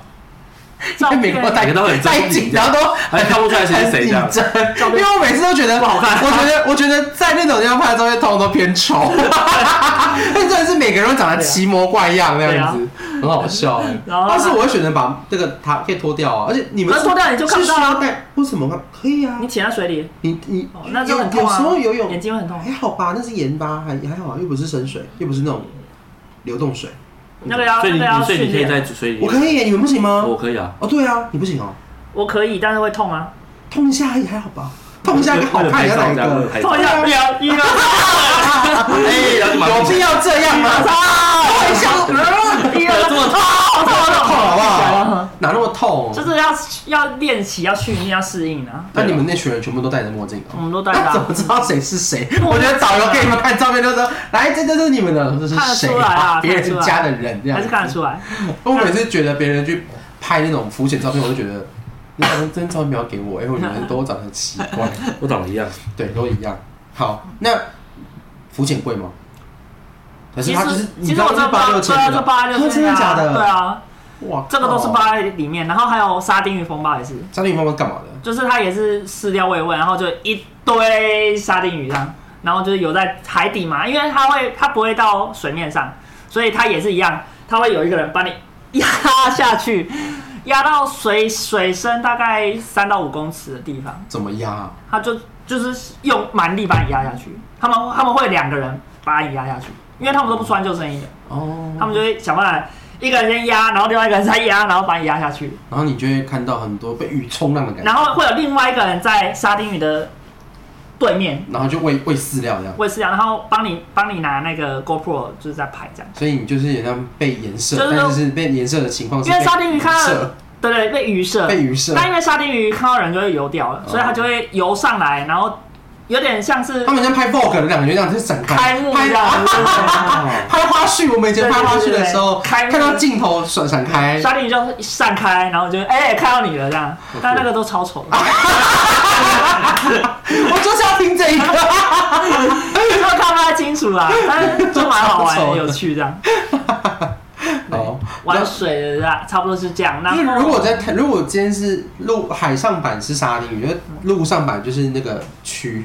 [SPEAKER 2] 照
[SPEAKER 1] 因为美
[SPEAKER 2] 片
[SPEAKER 1] 国戴
[SPEAKER 3] 每个都很
[SPEAKER 1] 戴紧张都
[SPEAKER 3] 还看不出来谁是谁这样
[SPEAKER 1] 很紧张因为我每次都觉得不好看。我觉得我觉得在那种地方拍的照片，通常都偏丑。 但真的是每个人都长得奇模怪样那样子，很好笑哎。
[SPEAKER 2] 啊然后
[SPEAKER 1] 但是我会选择把这个它可以脱掉啊，而且你们
[SPEAKER 2] 可是脱掉你就看不到啊
[SPEAKER 1] 是需要戴为什么啊？可以啊
[SPEAKER 2] 你，潜在水里，
[SPEAKER 1] 你你
[SPEAKER 2] 哦那就很痛
[SPEAKER 1] 有嗯
[SPEAKER 2] 啊
[SPEAKER 1] 时候游泳
[SPEAKER 2] 眼睛会很痛。
[SPEAKER 1] 还好吧，那是盐巴，还还好啊，又不是深水，又不是那种流动水。
[SPEAKER 2] 那个要
[SPEAKER 3] 所以
[SPEAKER 2] 那
[SPEAKER 3] 你
[SPEAKER 2] 个要
[SPEAKER 3] 所以你
[SPEAKER 2] 训
[SPEAKER 3] 可以在
[SPEAKER 2] 练。
[SPEAKER 3] 所以你
[SPEAKER 1] 我可以耶，你们不行吗？
[SPEAKER 3] 我可以啊，
[SPEAKER 1] 哦，对啊，你不行哦，
[SPEAKER 2] 我可以，但是会痛啊，
[SPEAKER 1] 痛一下还还好吧，痛一下
[SPEAKER 3] 为
[SPEAKER 1] 跟
[SPEAKER 3] 了
[SPEAKER 1] 好看
[SPEAKER 3] 拍
[SPEAKER 1] 一下
[SPEAKER 3] 照
[SPEAKER 1] 哪一
[SPEAKER 3] 这样为了
[SPEAKER 1] 个？
[SPEAKER 3] 拍照
[SPEAKER 2] 痛一下不要 一个，
[SPEAKER 3] 哎，然后就马上
[SPEAKER 1] 有必要这样吗？痛一下，
[SPEAKER 2] 一个呃这么痛，痛
[SPEAKER 1] 痛
[SPEAKER 2] 痛
[SPEAKER 1] 好不好？哪那么痛？
[SPEAKER 2] 痛，就是要要练习，要训练，要适应啊。
[SPEAKER 1] 那你们那群人全部都戴着墨镜
[SPEAKER 2] 我
[SPEAKER 1] 哦。
[SPEAKER 2] 们都戴
[SPEAKER 1] 那怎
[SPEAKER 2] 到
[SPEAKER 1] 么，知道谁是谁？
[SPEAKER 2] 嗯啊
[SPEAKER 1] 我觉得导游给你们看照片就说：“来，这这这是你们的，这是
[SPEAKER 2] 看得
[SPEAKER 1] 谁
[SPEAKER 2] 出来啊
[SPEAKER 1] 别
[SPEAKER 2] 看得出
[SPEAKER 1] 人
[SPEAKER 2] 来
[SPEAKER 1] 家的人这样
[SPEAKER 2] 还
[SPEAKER 1] 子。
[SPEAKER 2] 是看得出来。
[SPEAKER 1] 我每次觉得别人去拍那种浮潜照片，我就觉得那张真照片不要给我，因为我觉得都长得奇怪，
[SPEAKER 3] 我长得一样，
[SPEAKER 1] 对，都一样。好，那浮潜贵吗？可是
[SPEAKER 2] 其
[SPEAKER 1] 它就是
[SPEAKER 2] 实，
[SPEAKER 1] 你
[SPEAKER 2] 其
[SPEAKER 1] 知
[SPEAKER 2] 实
[SPEAKER 1] 道
[SPEAKER 2] 我
[SPEAKER 1] 这
[SPEAKER 2] 这
[SPEAKER 1] 是八
[SPEAKER 2] 八
[SPEAKER 1] 六千
[SPEAKER 2] 对啊，
[SPEAKER 1] 的
[SPEAKER 2] 这八六千、
[SPEAKER 1] 啊真的假的？哦
[SPEAKER 2] 对，啊，
[SPEAKER 1] 哇，
[SPEAKER 2] 这个都是八在里面，然后还有沙丁鱼风暴也是，
[SPEAKER 1] 张丽芳芳干嘛的？
[SPEAKER 2] 就是它也是饲料慰问，然后就一堆沙丁鱼这样，然后就是有在海底嘛，因为它会它不会到水面上，所以它也是一样，它会有一个人把你压下去，压到水水深大概三到五公尺的地方，
[SPEAKER 1] 怎么压啊？
[SPEAKER 2] 它就就是用蛮力把你压下去，他们他们会两个人把你压下去，因为他们都不穿救生衣的。
[SPEAKER 1] 哦，
[SPEAKER 2] 他们就会想办法，一个人先压，然后另外一个人再压，然后把你压下去，
[SPEAKER 1] 然后你就会看到很多被雨冲浪的感觉，
[SPEAKER 2] 然后会有另外一个人在沙丁鱼的对面
[SPEAKER 1] 然后就喂喂饲料这样，
[SPEAKER 2] 喂饲料，啊然后帮你帮你拿那个 GoPro 就是在拍这样，
[SPEAKER 1] 所以你就是也像被颜
[SPEAKER 2] 就
[SPEAKER 1] 射，
[SPEAKER 2] 是说
[SPEAKER 1] 但是是被颜射的情况是
[SPEAKER 2] 因为沙
[SPEAKER 1] 被
[SPEAKER 2] 丁鱼
[SPEAKER 1] 鱼
[SPEAKER 2] 看到
[SPEAKER 1] 射，
[SPEAKER 2] 对对被鱼射，
[SPEAKER 1] 被鱼射，哦
[SPEAKER 2] 但因为沙丁鱼看到人就会游掉了，所以它就会游上来，然后有点像是
[SPEAKER 1] 他们像拍 vlog 的感觉，这样就是展开
[SPEAKER 2] 开幕这样
[SPEAKER 1] 拍啊
[SPEAKER 2] 子。
[SPEAKER 1] 拍花絮，我们以前拍花絮的时候，
[SPEAKER 2] 对对对对对
[SPEAKER 1] 看到镜头闪闪开，
[SPEAKER 2] 沙丁鱼就散开，然后就哎、看到你了这样，但那个都超丑的，
[SPEAKER 1] 啊我就是要听这一 个。
[SPEAKER 2] 就看不太清楚啦，但是就蛮好玩
[SPEAKER 1] 超
[SPEAKER 2] 的、
[SPEAKER 1] 丑的
[SPEAKER 2] 有趣这样。
[SPEAKER 1] 好，
[SPEAKER 2] 玩水的啦，差不多是这样。
[SPEAKER 1] 那哦就
[SPEAKER 2] 那
[SPEAKER 1] 是如果在台如果今天是陆海上版是沙丁鱼，那陆上版就是那个蛆、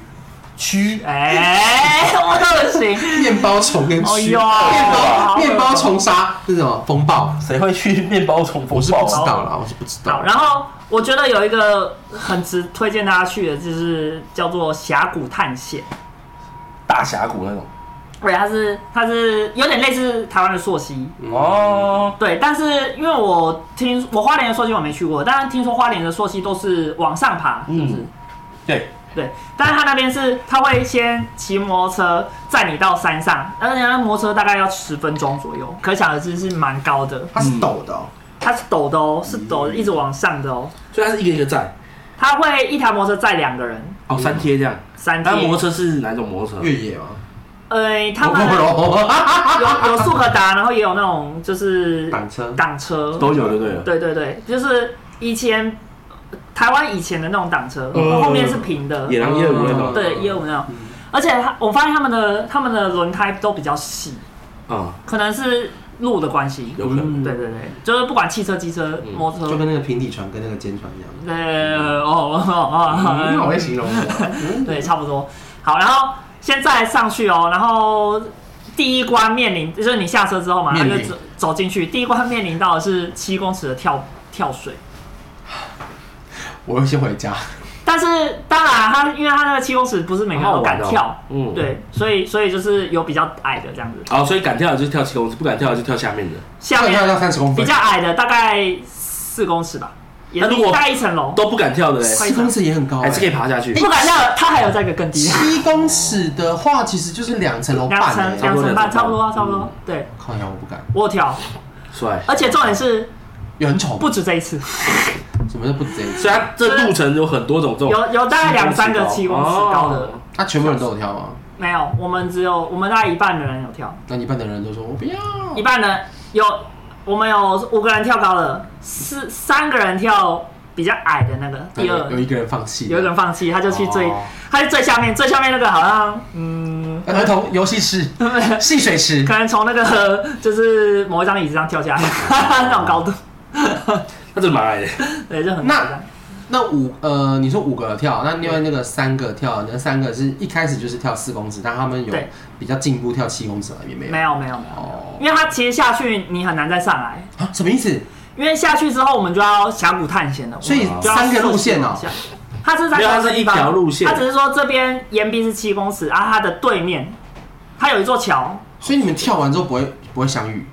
[SPEAKER 4] 蛆，
[SPEAKER 2] 哎，我都行。
[SPEAKER 1] 面包虫跟
[SPEAKER 2] 哎
[SPEAKER 1] 蛆、
[SPEAKER 2] 呦
[SPEAKER 1] 面
[SPEAKER 2] 好
[SPEAKER 1] 包
[SPEAKER 2] 恶
[SPEAKER 1] 面包虫沙是什么风暴？
[SPEAKER 4] 谁会去面包虫
[SPEAKER 1] 我
[SPEAKER 4] 风
[SPEAKER 1] 是不
[SPEAKER 4] 暴
[SPEAKER 1] 知
[SPEAKER 4] 啊？
[SPEAKER 1] 道啦，我是不知
[SPEAKER 2] 好，
[SPEAKER 1] 道。
[SPEAKER 2] 然后我觉得有一个很值推荐大家去的，就是叫做峡谷探险。
[SPEAKER 4] 大峡谷那种。
[SPEAKER 2] 对，它是它是有点类似台湾的溯溪，
[SPEAKER 4] 哦，
[SPEAKER 2] 对。但是因为我听我花莲的溯溪我没去过，但是听说花莲的溯溪都是往上爬，是不是？
[SPEAKER 4] 嗯对，
[SPEAKER 2] 对，但是他那边是他会先骑摩托车载你到山上，而且那摩托车大概要十分钟左右，可想而知是蛮高的。
[SPEAKER 1] 它是抖的、哦，
[SPEAKER 2] 它是抖的哦，是抖的，一直往上的哦。
[SPEAKER 3] 所以它是一个一个载，
[SPEAKER 2] 它会一台摩托车载两个人，
[SPEAKER 3] 哦，三贴这样。
[SPEAKER 2] 三
[SPEAKER 3] 那摩托
[SPEAKER 2] 天。
[SPEAKER 3] 车是哪种摩托车？
[SPEAKER 1] 越野吗？哦
[SPEAKER 2] 呃，他
[SPEAKER 1] 不
[SPEAKER 2] 们
[SPEAKER 1] 容
[SPEAKER 2] 有有速可达，然后也有那种就是
[SPEAKER 1] 挡车，
[SPEAKER 2] 挡车，
[SPEAKER 3] 都有就对了。
[SPEAKER 2] 对对对，就是以前呃台湾以前的那种挡车，
[SPEAKER 3] 嗯
[SPEAKER 2] 后面是平的，
[SPEAKER 3] 野狼一二五那种。
[SPEAKER 2] 对，也有那种。而且它我发现他们的他们的轮胎都比较细，
[SPEAKER 3] 啊，
[SPEAKER 2] 可能是路的关系。
[SPEAKER 3] 有可能。
[SPEAKER 1] 嗯
[SPEAKER 2] 对对对，就是不管汽车、机车、
[SPEAKER 3] 嗯
[SPEAKER 2] 摩托
[SPEAKER 1] 就
[SPEAKER 2] 车，
[SPEAKER 1] 跟那个平底船跟那个尖船一样。
[SPEAKER 2] 呃，哦哦哦，
[SPEAKER 1] 嗯，我会形容的。
[SPEAKER 2] 对，差不多。好，然后现在上去哦，然后第一关面临就是你下车之后嘛，他
[SPEAKER 1] 面
[SPEAKER 2] 就
[SPEAKER 1] 临
[SPEAKER 2] 走走进去，第一关面临到的是七公尺的跳跳水，
[SPEAKER 1] 我会先回家。
[SPEAKER 2] 但是当然他因为他那个七公尺不是每个人都敢跳，
[SPEAKER 3] 好好玩哦嗯
[SPEAKER 2] 对，所以所以就是有比较矮的这样子，
[SPEAKER 3] 哦，所以敢跳的就是跳七公尺，不敢跳的就跳下面的，
[SPEAKER 2] 下
[SPEAKER 1] 跳
[SPEAKER 2] 面
[SPEAKER 1] 到三十公
[SPEAKER 2] 比
[SPEAKER 1] 分，
[SPEAKER 2] 较矮的大概四公尺吧，也
[SPEAKER 3] 那如果
[SPEAKER 2] 大概一层楼，
[SPEAKER 3] 都不敢跳的嘞，
[SPEAKER 1] 四公尺也很高、欸，
[SPEAKER 3] 还是可以爬下去。
[SPEAKER 2] 不敢跳的，他还有再一个更低的。
[SPEAKER 1] 七公尺的话，其实就是两层楼
[SPEAKER 2] 两
[SPEAKER 1] 半、
[SPEAKER 2] 层，
[SPEAKER 1] 欸。
[SPEAKER 2] 两层半，差
[SPEAKER 3] 差
[SPEAKER 2] 不
[SPEAKER 3] 不
[SPEAKER 2] 多
[SPEAKER 3] 多
[SPEAKER 2] 啊，
[SPEAKER 3] 两层半
[SPEAKER 2] 差不多
[SPEAKER 3] 嗯。
[SPEAKER 2] 对，
[SPEAKER 1] 靠呀，我不敢，
[SPEAKER 2] 我有跳，
[SPEAKER 3] 帅。
[SPEAKER 2] 而且重点是
[SPEAKER 1] 也很丑。
[SPEAKER 2] 不止这一次，
[SPEAKER 1] 什么叫不止这一次？
[SPEAKER 3] 所以它这路程有很多种这种，
[SPEAKER 2] 有有大概两三个
[SPEAKER 1] 哦
[SPEAKER 2] 七公尺高的，
[SPEAKER 3] 哦
[SPEAKER 1] 他全部人都有跳吗？
[SPEAKER 2] 没有，我们只有我们大概一半的人有跳，
[SPEAKER 1] 那一半的人都说我不要。
[SPEAKER 2] 一半人有我们有五个人跳高的，四三个人跳比较矮的那个
[SPEAKER 1] 但
[SPEAKER 2] 第二，
[SPEAKER 1] 有有一个人放弃，
[SPEAKER 2] 有一个人放弃，他就去最
[SPEAKER 1] 哦
[SPEAKER 2] 他去最下面，最下面那个好像嗯，
[SPEAKER 1] 儿童游戏 室、戏水池
[SPEAKER 2] 可，能从那个 就是某一张椅子上跳下来 那种高度，
[SPEAKER 3] 那真的蛮矮的。
[SPEAKER 2] 对，就很
[SPEAKER 1] 那
[SPEAKER 2] 高这样
[SPEAKER 1] 那五呃，你说五个跳，那另外那个三个跳，那三个是一开始就是跳四公尺，但他们有
[SPEAKER 2] 对
[SPEAKER 1] 比较进步跳七公尺啊，也没有
[SPEAKER 2] 没。有没有没有，
[SPEAKER 1] 哦，
[SPEAKER 2] 因为他其实下去你很难再上来，
[SPEAKER 1] 啊什么意思？
[SPEAKER 2] 因为下去之后我们就要峡谷探险了，
[SPEAKER 1] 所以
[SPEAKER 2] 就要
[SPEAKER 1] 三个路线哦
[SPEAKER 2] 溯、溪往下。它是在
[SPEAKER 3] 没有它是
[SPEAKER 2] 同个地方
[SPEAKER 3] 一条路线
[SPEAKER 2] 它只是说这边岩壁是七公尺，啊，它的对面它有一座桥，
[SPEAKER 1] 所以你们跳完之后不会不会相遇，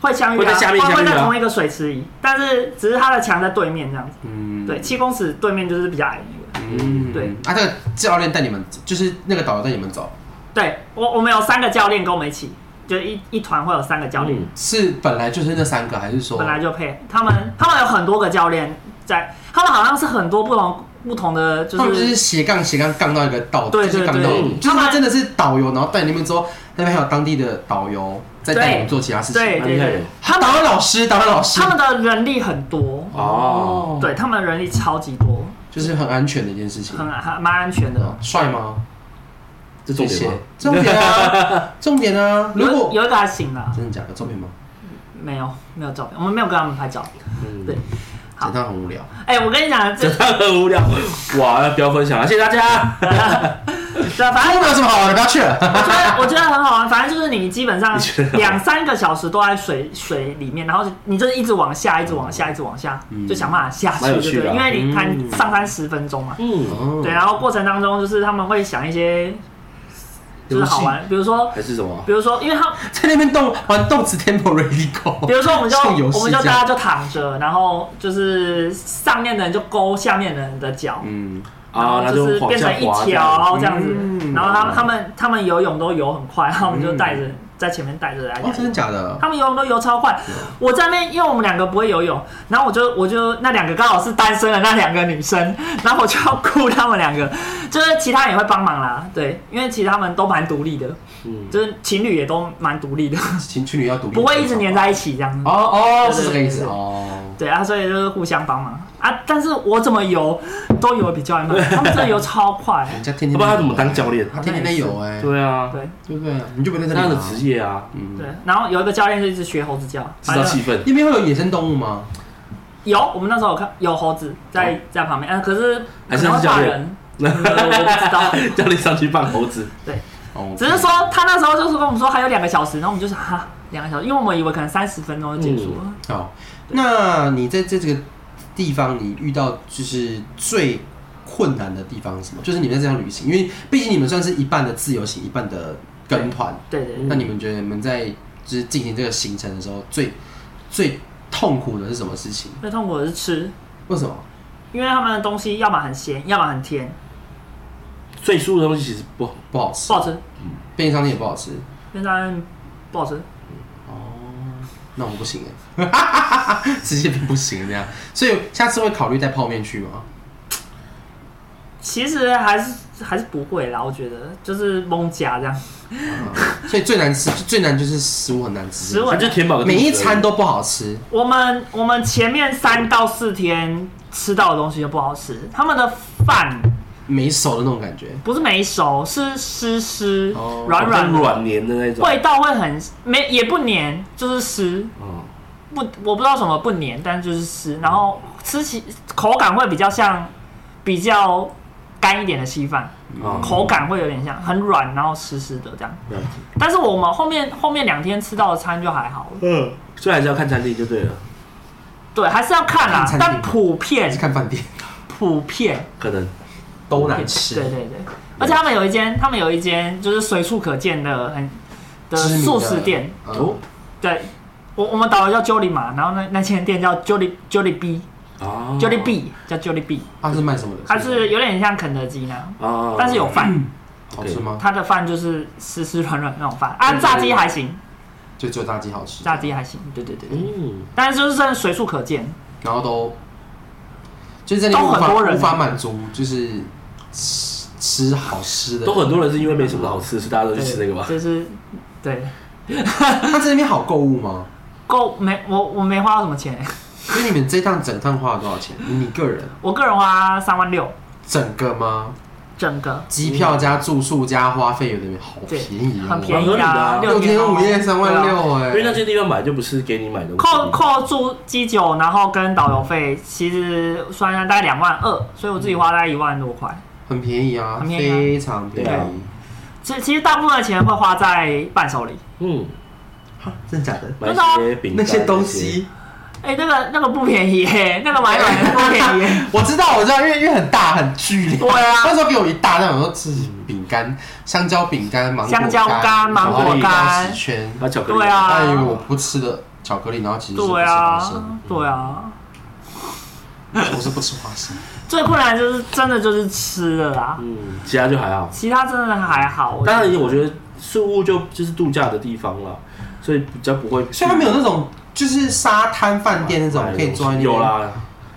[SPEAKER 2] 会相遇、啊，
[SPEAKER 3] 会在下面
[SPEAKER 2] 会
[SPEAKER 3] 相遇啊
[SPEAKER 2] 会在同一个水池里，但是只是它的墙在对面这样子。
[SPEAKER 1] 嗯，
[SPEAKER 2] 对，，七公尺对面就是比较矮的那个。
[SPEAKER 1] 嗯
[SPEAKER 2] 对。
[SPEAKER 1] 啊，这个教练带你们，就是那个导游带你们走，
[SPEAKER 2] 对我，我们有三个教练跟我们一起，就一一团会有三个教练，
[SPEAKER 3] 嗯
[SPEAKER 1] 是本来就是那三个，还是说
[SPEAKER 2] 本来就配他们，他们有很多个教练在，他们好像是很多不同不同的，就
[SPEAKER 1] 他们就是是斜杠斜杠杠到一个到，
[SPEAKER 2] 对
[SPEAKER 1] 就是
[SPEAKER 2] 对
[SPEAKER 1] 杠到
[SPEAKER 2] 对
[SPEAKER 1] 底，就是他真的是导游，然后带你们之后，那边还有当地的导游在带你们做其他事情。
[SPEAKER 2] 对
[SPEAKER 3] 蛮
[SPEAKER 2] 对
[SPEAKER 3] 厉害的
[SPEAKER 2] 对，
[SPEAKER 1] 他导游老师，导游老师
[SPEAKER 2] 他，们的人力很多，
[SPEAKER 3] 哦，
[SPEAKER 2] 对，他们的人力超级多，
[SPEAKER 1] 就是很安全的一件事情。
[SPEAKER 2] 很很蛮安全的。
[SPEAKER 3] 哦
[SPEAKER 1] 帅吗？
[SPEAKER 3] 这重点
[SPEAKER 1] 谢谢
[SPEAKER 3] 吗？
[SPEAKER 1] 重点 啊，重点啊！如
[SPEAKER 2] 有
[SPEAKER 1] 果
[SPEAKER 2] 有一个还行啦，
[SPEAKER 1] 真的假的，重点吗？
[SPEAKER 2] 没有没有照片，我们没有跟他们拍照。
[SPEAKER 3] 嗯
[SPEAKER 2] 对好
[SPEAKER 1] 简单很无聊。
[SPEAKER 2] 哎、我跟你讲， 这
[SPEAKER 3] 他很无聊，哇，要不要分享啊？谢谢大家。
[SPEAKER 2] 对，反
[SPEAKER 1] 哎，
[SPEAKER 2] 正
[SPEAKER 1] 有什么好玩的？不要去了。
[SPEAKER 2] 我觉得我觉得很好玩，反正就是你基本上
[SPEAKER 3] 你觉得好玩
[SPEAKER 2] 两三个小时都在水水里面，然后你就是一直往下，一直往下，一直往下，就想办法下
[SPEAKER 3] 嗯蛮有
[SPEAKER 2] 去，
[SPEAKER 3] 趣
[SPEAKER 2] 对了，
[SPEAKER 3] 的啊
[SPEAKER 2] 因为你看
[SPEAKER 3] 嗯
[SPEAKER 2] 上山十分钟嘛，
[SPEAKER 3] 嗯，
[SPEAKER 1] 哦
[SPEAKER 2] 对，然后过程当中就是他们会想一些就是好玩，比如说
[SPEAKER 3] 还是什么？
[SPEAKER 2] 比如说，因为他
[SPEAKER 1] 在那边动玩动词 tempo ready go，
[SPEAKER 2] 比如说我们就
[SPEAKER 1] 像游戏
[SPEAKER 2] 我们就
[SPEAKER 1] 这
[SPEAKER 2] 大
[SPEAKER 1] 样
[SPEAKER 2] 家就躺着，然后就是上面的人就勾下面的人的脚，
[SPEAKER 1] 嗯，
[SPEAKER 3] 啊，那
[SPEAKER 2] 然后就是
[SPEAKER 3] 往
[SPEAKER 2] 变
[SPEAKER 3] 下
[SPEAKER 2] 成一
[SPEAKER 3] 滑这
[SPEAKER 2] 条
[SPEAKER 3] 样
[SPEAKER 2] 这样子
[SPEAKER 1] 嗯，
[SPEAKER 2] 然后他们他们他们游泳都游很快，他们就
[SPEAKER 1] 嗯
[SPEAKER 2] 带着在前面带着大家
[SPEAKER 1] 哦，。真的假的？
[SPEAKER 2] 他们游泳都游超快，我在那边，因为我们两个不会游泳，然后我就我就那两个刚好是单身的那两个女生， 然后我就要顾他们两个，就是其他人也会帮忙啦，对，因为其实他们都蛮独立的，
[SPEAKER 3] 嗯
[SPEAKER 2] 就是情侣也都蛮独立的，
[SPEAKER 1] 情侣要独立，
[SPEAKER 2] 不会一直黏在一起这样子。
[SPEAKER 1] 哦哦，
[SPEAKER 2] 对
[SPEAKER 1] 是这个意思
[SPEAKER 2] 对对
[SPEAKER 1] 哦。
[SPEAKER 2] 对啊，所以就是互相帮忙啊。但是我怎么游都游得比教练 慢，他们真的游超快。
[SPEAKER 1] 人家天天啊
[SPEAKER 3] 要不然他怎么当教练？
[SPEAKER 1] 他天天在游哎，
[SPEAKER 3] 对啊，
[SPEAKER 2] 对
[SPEAKER 1] 对不对？你就不能在
[SPEAKER 3] 那
[SPEAKER 1] 这
[SPEAKER 3] 样
[SPEAKER 1] 里
[SPEAKER 3] 的
[SPEAKER 1] 拿
[SPEAKER 3] 职业啊，
[SPEAKER 2] 对，然后有一个教练就一直学猴子叫，
[SPEAKER 3] 制造气氛。
[SPEAKER 1] 那边会有野生动物吗？
[SPEAKER 2] 有，我们那时候有看有猴子在、在旁边，啊，可是
[SPEAKER 3] 哦还
[SPEAKER 2] 可
[SPEAKER 3] 是
[SPEAKER 2] 能
[SPEAKER 3] 他
[SPEAKER 2] 会
[SPEAKER 3] 是教
[SPEAKER 2] 怕
[SPEAKER 3] 练
[SPEAKER 2] 人，嗯我不 知道。
[SPEAKER 3] 教练上去扮猴子，
[SPEAKER 1] 哦，
[SPEAKER 2] 只是说他那时候就是跟我们说还有两个小时，然后我们就想哈两个小时，因为我们以为可能三十分钟就结束了。
[SPEAKER 3] 嗯
[SPEAKER 1] 好，那你在这这个地方，你遇到就是最困难的地方是什么？就是你们在这趟旅行，因为毕竟你们算是一半的自由行，一半的跟团。
[SPEAKER 2] 对对对，
[SPEAKER 1] 那你们觉得你们在就是进行这个行程的时候，最最痛苦的是什么事情？
[SPEAKER 2] 最痛苦的是吃，
[SPEAKER 1] 为什么？
[SPEAKER 2] 因为他们的东西要么很咸，要么很甜，
[SPEAKER 3] 最输的东西其实不好。
[SPEAKER 1] 不好吃
[SPEAKER 2] 不，好吃，
[SPEAKER 1] 便利商店也不好吃。
[SPEAKER 2] 便当不好吃。
[SPEAKER 1] 那我不行哎， 直接变不行这样。所以下次会考虑带泡面去吗？
[SPEAKER 2] 其实还是还是不会啦，我觉得就是蒙夹这样，
[SPEAKER 1] 所以最难吃，最难就是食物很难吃，
[SPEAKER 2] 食物
[SPEAKER 3] 反正填饱个肚子
[SPEAKER 1] 每一餐都不好吃。
[SPEAKER 2] 我们我们前面三到四天吃到的东西就不好吃，他们的饭
[SPEAKER 1] 没熟的那种感觉。
[SPEAKER 2] 不是没熟，是湿湿
[SPEAKER 1] 哦
[SPEAKER 2] 软软
[SPEAKER 3] 反
[SPEAKER 2] 的
[SPEAKER 3] 正软黏的那种。
[SPEAKER 2] 味道会很没也不黏，就是湿，
[SPEAKER 3] 嗯，
[SPEAKER 2] 不我不知道什么不黏，但就是湿，然后吃起口感会比较像比较干一点的稀饭，
[SPEAKER 3] 啊
[SPEAKER 2] 口感会有点像很软，然后湿湿的这样。
[SPEAKER 3] 这样子
[SPEAKER 2] 但是我们后面后面两天吃到的餐就还好了，
[SPEAKER 3] 嗯，所以还是要看餐厅就对了，
[SPEAKER 2] 对，还是要看啦
[SPEAKER 1] 看，餐厅
[SPEAKER 2] 但普
[SPEAKER 1] 还是
[SPEAKER 2] 遍
[SPEAKER 1] 看饭店
[SPEAKER 2] 普遍
[SPEAKER 3] 可能
[SPEAKER 1] 都难吃，
[SPEAKER 2] 对对对，而且他们有一间，他们有一间就是随处可见的很的
[SPEAKER 1] 知名的
[SPEAKER 2] 素食店，
[SPEAKER 1] 哦，
[SPEAKER 2] 对。我我们导游叫 Jolly 嘛，然后那那间店叫 Jolly Jolly B
[SPEAKER 3] 啊
[SPEAKER 2] Jolly B 叫 Jolly B，
[SPEAKER 1] 它是卖什么的？
[SPEAKER 2] 它是有点像肯德基那样，
[SPEAKER 3] 啊
[SPEAKER 2] 但是有饭，
[SPEAKER 1] 好吃吗？
[SPEAKER 2] 它的饭就是湿湿软软那种饭啊，
[SPEAKER 3] 嗯
[SPEAKER 2] 炸鸡还行，
[SPEAKER 1] 就只有炸鸡好吃，
[SPEAKER 2] 炸鸡还行，对对对，对
[SPEAKER 3] 嗯，
[SPEAKER 2] 但是就是真的随处可见，
[SPEAKER 1] 然后都就是在那边无
[SPEAKER 2] 都很多
[SPEAKER 1] 法
[SPEAKER 2] 人欸
[SPEAKER 1] 无法满足，就是吃吃好吃的，
[SPEAKER 3] 都很多人是因为没什么好吃，所以大家都去吃那个吧。
[SPEAKER 2] 就是对
[SPEAKER 1] 他在那边好购物吗？
[SPEAKER 2] 够没我我没花到什么钱，
[SPEAKER 1] 所以你们这趟整趟花了多少钱？你个人啊
[SPEAKER 2] 我个人花三万六
[SPEAKER 1] 整个吗？
[SPEAKER 2] 整个，
[SPEAKER 1] 机票加住宿加花费有点好
[SPEAKER 2] 对
[SPEAKER 1] 便宜哦，
[SPEAKER 2] 很便宜
[SPEAKER 3] 蛮合理的
[SPEAKER 2] 啊
[SPEAKER 3] 啊，
[SPEAKER 1] 六天
[SPEAKER 2] 哦
[SPEAKER 1] 五夜三万。
[SPEAKER 2] 对啊
[SPEAKER 1] 六哎，
[SPEAKER 3] 因为那些地方买就不是给你买的，
[SPEAKER 2] 扣扣住机酒，然后跟导游费，其实算下大概两万二，所以我自己花大概一万多块。
[SPEAKER 1] 很便宜啊，
[SPEAKER 2] 很便宜啊
[SPEAKER 1] 非常便
[SPEAKER 3] 对啊
[SPEAKER 1] 宜，
[SPEAKER 2] 其其实大部分的钱会花在伴手礼。
[SPEAKER 3] 嗯，
[SPEAKER 1] 真的假的？
[SPEAKER 3] 买
[SPEAKER 2] 啊
[SPEAKER 3] 一些饼干
[SPEAKER 1] 那些东西。
[SPEAKER 2] 哎、那个那个不便宜耶、 那个买买的不便宜耶、
[SPEAKER 1] 哎我知道，我知道，因为因为很大很巨量。
[SPEAKER 2] 对啊
[SPEAKER 1] 那时候给我一大量，我说吃饼干、香蕉饼干、芒果
[SPEAKER 2] 香蕉干
[SPEAKER 1] 干、
[SPEAKER 2] 芒
[SPEAKER 3] 果干
[SPEAKER 1] 然后一包十圈。哎
[SPEAKER 3] 那些，还有巧克力，
[SPEAKER 2] 对啊
[SPEAKER 1] 他以为我不吃的，巧克力，然后其 实是不
[SPEAKER 2] 对
[SPEAKER 1] 吃花生
[SPEAKER 2] 啊，，对啊，
[SPEAKER 1] 我是不吃花生。
[SPEAKER 2] 最困难就是真的就是吃的啦，
[SPEAKER 3] 嗯，其他就还好。
[SPEAKER 2] 其他真的还好。我觉得
[SPEAKER 3] 当然，我觉得宿务就就是度假的地方了，所以比较不会。
[SPEAKER 1] 所以它没有那种就是沙滩饭店那种可以坐在那边
[SPEAKER 3] 有，啦，
[SPEAKER 2] 哎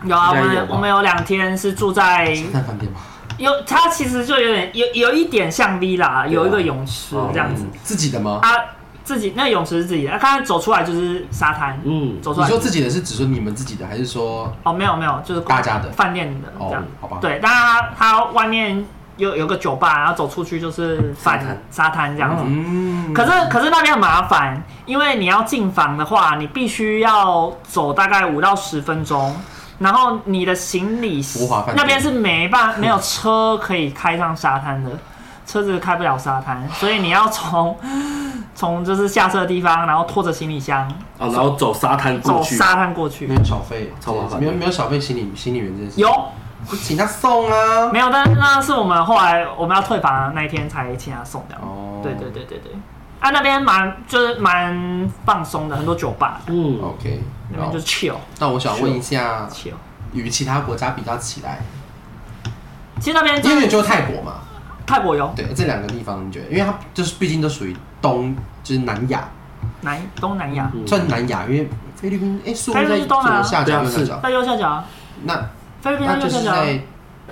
[SPEAKER 2] 有啊，我
[SPEAKER 3] 应该有
[SPEAKER 2] 们
[SPEAKER 3] 吧
[SPEAKER 2] 我们有两天是住在
[SPEAKER 1] 沙滩饭店吧，
[SPEAKER 2] 有，它其实就有点有有一点像
[SPEAKER 1] 啊
[SPEAKER 2] villa，有一个泳池这样子。
[SPEAKER 1] 嗯自己的吗？
[SPEAKER 2] 它自己那个泳池是自己的，它刚才走出来就是沙滩，
[SPEAKER 3] 嗯，
[SPEAKER 2] 走出
[SPEAKER 1] 你
[SPEAKER 2] 来
[SPEAKER 1] 说自己的是指说你们自己的，还是说
[SPEAKER 2] 哦，没有没有，就是
[SPEAKER 1] 大家的
[SPEAKER 2] 饭店的这样
[SPEAKER 1] 哦。？好吧，
[SPEAKER 2] 对，但它它外面有有个酒吧，然后走出去就是饭
[SPEAKER 3] 沙滩
[SPEAKER 2] 沙滩这样子。
[SPEAKER 1] 嗯
[SPEAKER 2] 可是可是那边很麻烦，因为你要进房的话，你必须要走大概五到十分钟，然后你的行李
[SPEAKER 1] 无法犯罪
[SPEAKER 2] 那边是没办没有车可以开上沙滩的，车子开不了沙滩，所以你要从 从就是下车的地方，然后拖着行李箱
[SPEAKER 3] 啊，然后走沙滩过
[SPEAKER 2] 走
[SPEAKER 3] 去，
[SPEAKER 2] 沙滩过去
[SPEAKER 1] 没。有小费，
[SPEAKER 3] 超麻烦
[SPEAKER 1] 没有没有小费，行李行李员真的是
[SPEAKER 2] 有
[SPEAKER 1] 请他送啊。
[SPEAKER 2] 没有？但是那是我们后来我们要退房的那一天才请他送的。
[SPEAKER 1] 哦
[SPEAKER 2] 对对对对对，啊那边蛮就是蛮放松的，很多酒吧，
[SPEAKER 3] 嗯，
[SPEAKER 1] ，OK
[SPEAKER 2] 那
[SPEAKER 1] 好。
[SPEAKER 2] 边就是 chill
[SPEAKER 1] 那我想问一下，
[SPEAKER 2] chill。
[SPEAKER 1] 与其他国家比较起来，
[SPEAKER 2] 其实那边就
[SPEAKER 1] 因为
[SPEAKER 2] 是
[SPEAKER 1] 就泰国嘛，
[SPEAKER 2] 泰国有
[SPEAKER 1] 对这两个地方，你觉得？因为它就是毕竟都属于东，就是南亚，
[SPEAKER 2] 南东南亚，
[SPEAKER 3] 嗯
[SPEAKER 1] 算南亚，因为菲律宾，哎，是不
[SPEAKER 2] 菲
[SPEAKER 1] 是
[SPEAKER 2] 律
[SPEAKER 1] 在
[SPEAKER 2] 宾是东南亚
[SPEAKER 1] 左下角
[SPEAKER 3] 对
[SPEAKER 1] 右
[SPEAKER 3] 啊
[SPEAKER 1] 下
[SPEAKER 3] 是
[SPEAKER 1] 角？
[SPEAKER 2] 在右下角啊，
[SPEAKER 1] 那
[SPEAKER 2] 菲律宾在
[SPEAKER 1] 那
[SPEAKER 2] 右
[SPEAKER 1] 就是
[SPEAKER 2] 下角啊，
[SPEAKER 1] 在，